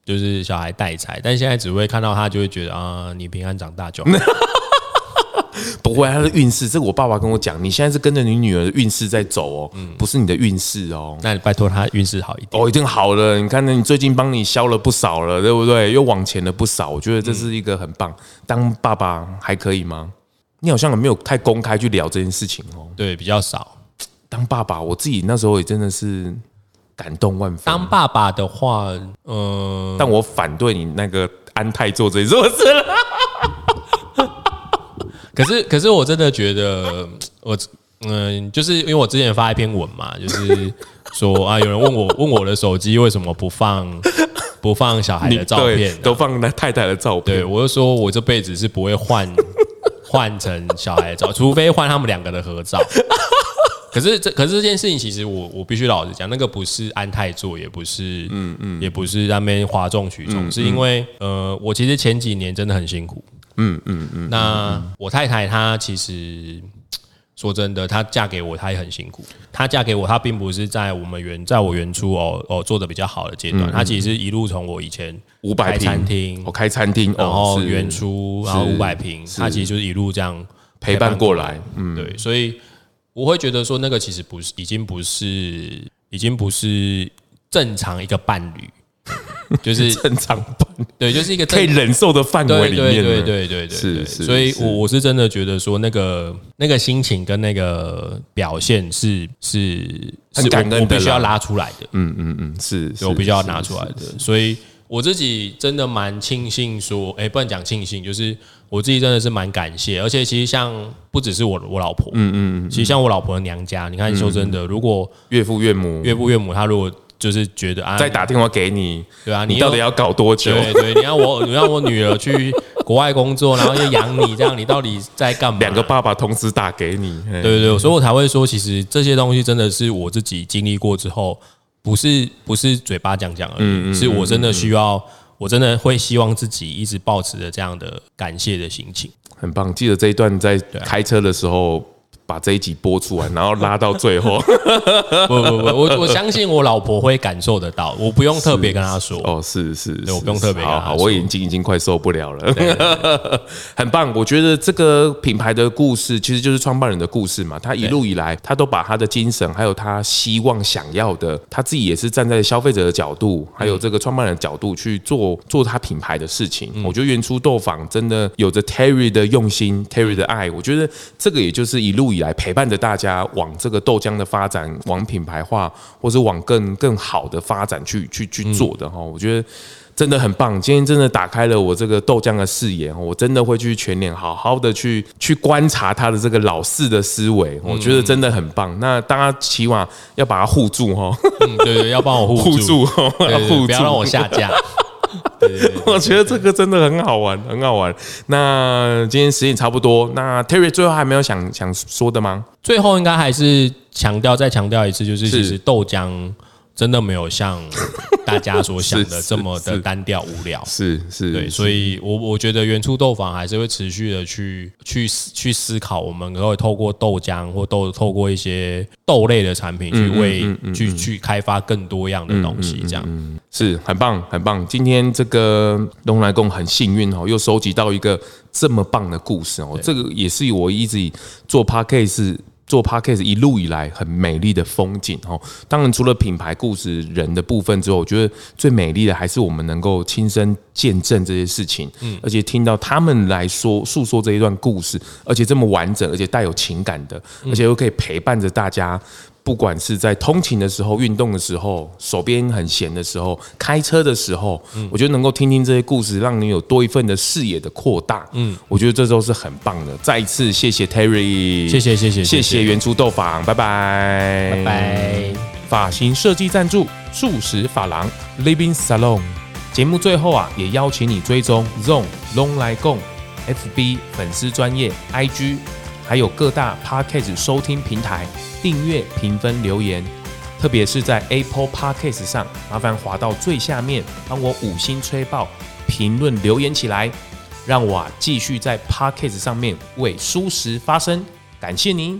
就是小孩带财，但现在只会看到他就会觉得啊，你平安长
<laughs>
大就好。
不会，他的运势，这个我爸爸跟我讲，你现在是跟着你女儿的运势在走哦，
嗯
不是你的运势哦。
那你拜托他运势好一点。
哦，已经好了，你看，你最近帮你消了不少了，对不对？又往前了不少，我觉得这是一个很棒。当爸爸还可以吗？你好像也没有太公开去聊这件事情哦。
对，比较少。
当爸爸，我自己那时候也真的是感动万分。
当爸爸的话，呃，
但我反对你那个安泰做这件事我是了。
可是可是我真的觉得我嗯，就是因为我之前发一篇文嘛，就是说啊，有人问我问我的手机为什么不放不放小孩的照片、
对都放那太太的照
对，
片。
我就说我这辈子是不会 <laughs> 换换成小孩的照，除非换他们两个的合照。 <laughs> 可是这可是这件事情，其实我我必须老实讲，那个不是安泰做，也不是嗯嗯，也不是那边哗众取宠，是因为呃，我其实前几年真的很辛苦，嗯嗯嗯。那我太太她其实。说真的，她嫁给我，她也很辛苦。她嫁给我，她并不是在我们原，在我原初哦哦做的比较好的阶段，她其实是一路从我以前
五百
开
平
餐厅
我、，开餐厅，
然后
哦是
原初，然后五百平，他其实就是一路这样
陪伴过来。嗯，
对，所以我会觉得说，那个其实不是，已经不是，已经不是正常一个伴侣， <laughs> 就是
正常版
对，就是一个
可以
正
忍受的范围
对
里面
对
呢。
对对对对，
是
对
是
所以
是
我我是真的觉得说，那个那个心情跟那个表现是是
很
是
感恩
我我必
的
须要
啦
拉出来的，
嗯嗯嗯，是，是
我必须要
是
拿
是
出来的。所以我自己真的蛮庆幸说，哎、不能讲庆幸，就是我自己真的是蛮感谢。而且其实像不只是我我老婆，嗯嗯其实像我老婆的娘家，你看说真的，如果
岳父岳母
岳父岳母他如果就是觉得啊，
再打电话给你，
对啊，
你
又
到底要搞多久？
对对，你要我你要我女儿去国外工作，然后又养你，这样你到底在干嘛？
两个爸爸同时打给你，嘿
对对对，所以我才会说，其实这些东西真的是我自己经历过之后，不是不是嘴巴讲讲而已，
嗯
是我真的需要，我真的会希望自己一直保持着这样的感谢的心情。 <laughs>
很棒。记得这一段在
啊
开车的时候。把这一集播出来，然后拉到最
<laughs>
后
不不不，我我相信我老婆会感受得到，我不用特别跟她说。
哦，是是，是
我不用特别跟
好
他
好，
说
我眼睛已经快受不了了， <laughs> 很棒。我觉得这个品牌的故事其实就是创办人的故事嘛，他一路以来他都把他的精神，还有他希望想要的，他自己也是站在消费者的角度，还有这个创办人的角度去
嗯
做做他品牌的事情。我觉得原初豆坊真的有着 Terry 的用心，Terry 的爱，我觉得这个也就是一路以来陪伴着大家往这个豆浆的发展，往品牌化，或是往更更好的发展去去
嗯
去做的哈。我觉得。真的很棒，今天真的打开了我这个豆浆的视野，我真的会去全脸好好的去去观察他的这个老式的思维，我觉得真的很棒。那大家起码要把它护住哦，
嗯，对对，要帮我护
<laughs> 护
住，
住哦，
对对对
护住，
不要让我下架。对对对
<laughs> 我觉得这个真的很好玩，很好玩。那今天时间也差不多，那 Terry 最后还没有想想说的吗？
最后应该还是强调再强调一次，就是
是
其实豆浆真的没有像大家所想
是 <laughs>
的
是
这么的
是
单调无聊。
是是，
对，所以我我觉得原初豆坊还是会持续的去去思去思考，我们可以透过豆浆或豆透过一些豆类的产品
嗯
去为、去去开发更多样的东西，这样、
是很棒，很棒。今天这个东来贡很幸运哦，又收集到一个这么棒的故事哦。这个也是我一直以做 podcast 做 podcast 一路以来很美丽的风景哦。当然，除了品牌故事、人的部分之后，我觉得最美丽的还是我们能够亲身见证这些事情，而且听到他们来说诉说这一段故事，而且这么完整，而且带有情感的，而且又可以陪伴着大家。不管是在通勤的时候、运动的时候、手边很闲的时候、开车的时候，
嗯
我觉得能够听听这些故事，让你有多一份的视野的扩大。嗯，我觉得这都是很棒的。再一次谢谢 Terry，
谢谢谢谢
谢谢
谢谢
原初豆坊，拜拜，
拜拜。
发型设计赞助素食发廊 Living Salon。节目最后啊，也邀请你追踪 Zone Long 来共 FB 粉丝专业 IG，还有各大 Podcast 收听平台订阅、评分、留言。特别是在 Apple Podcast 上，麻烦滑到最下面，帮我五星吹爆，评论留言起来，让我啊继续在 Podcast 上面为舒适发声。感谢您。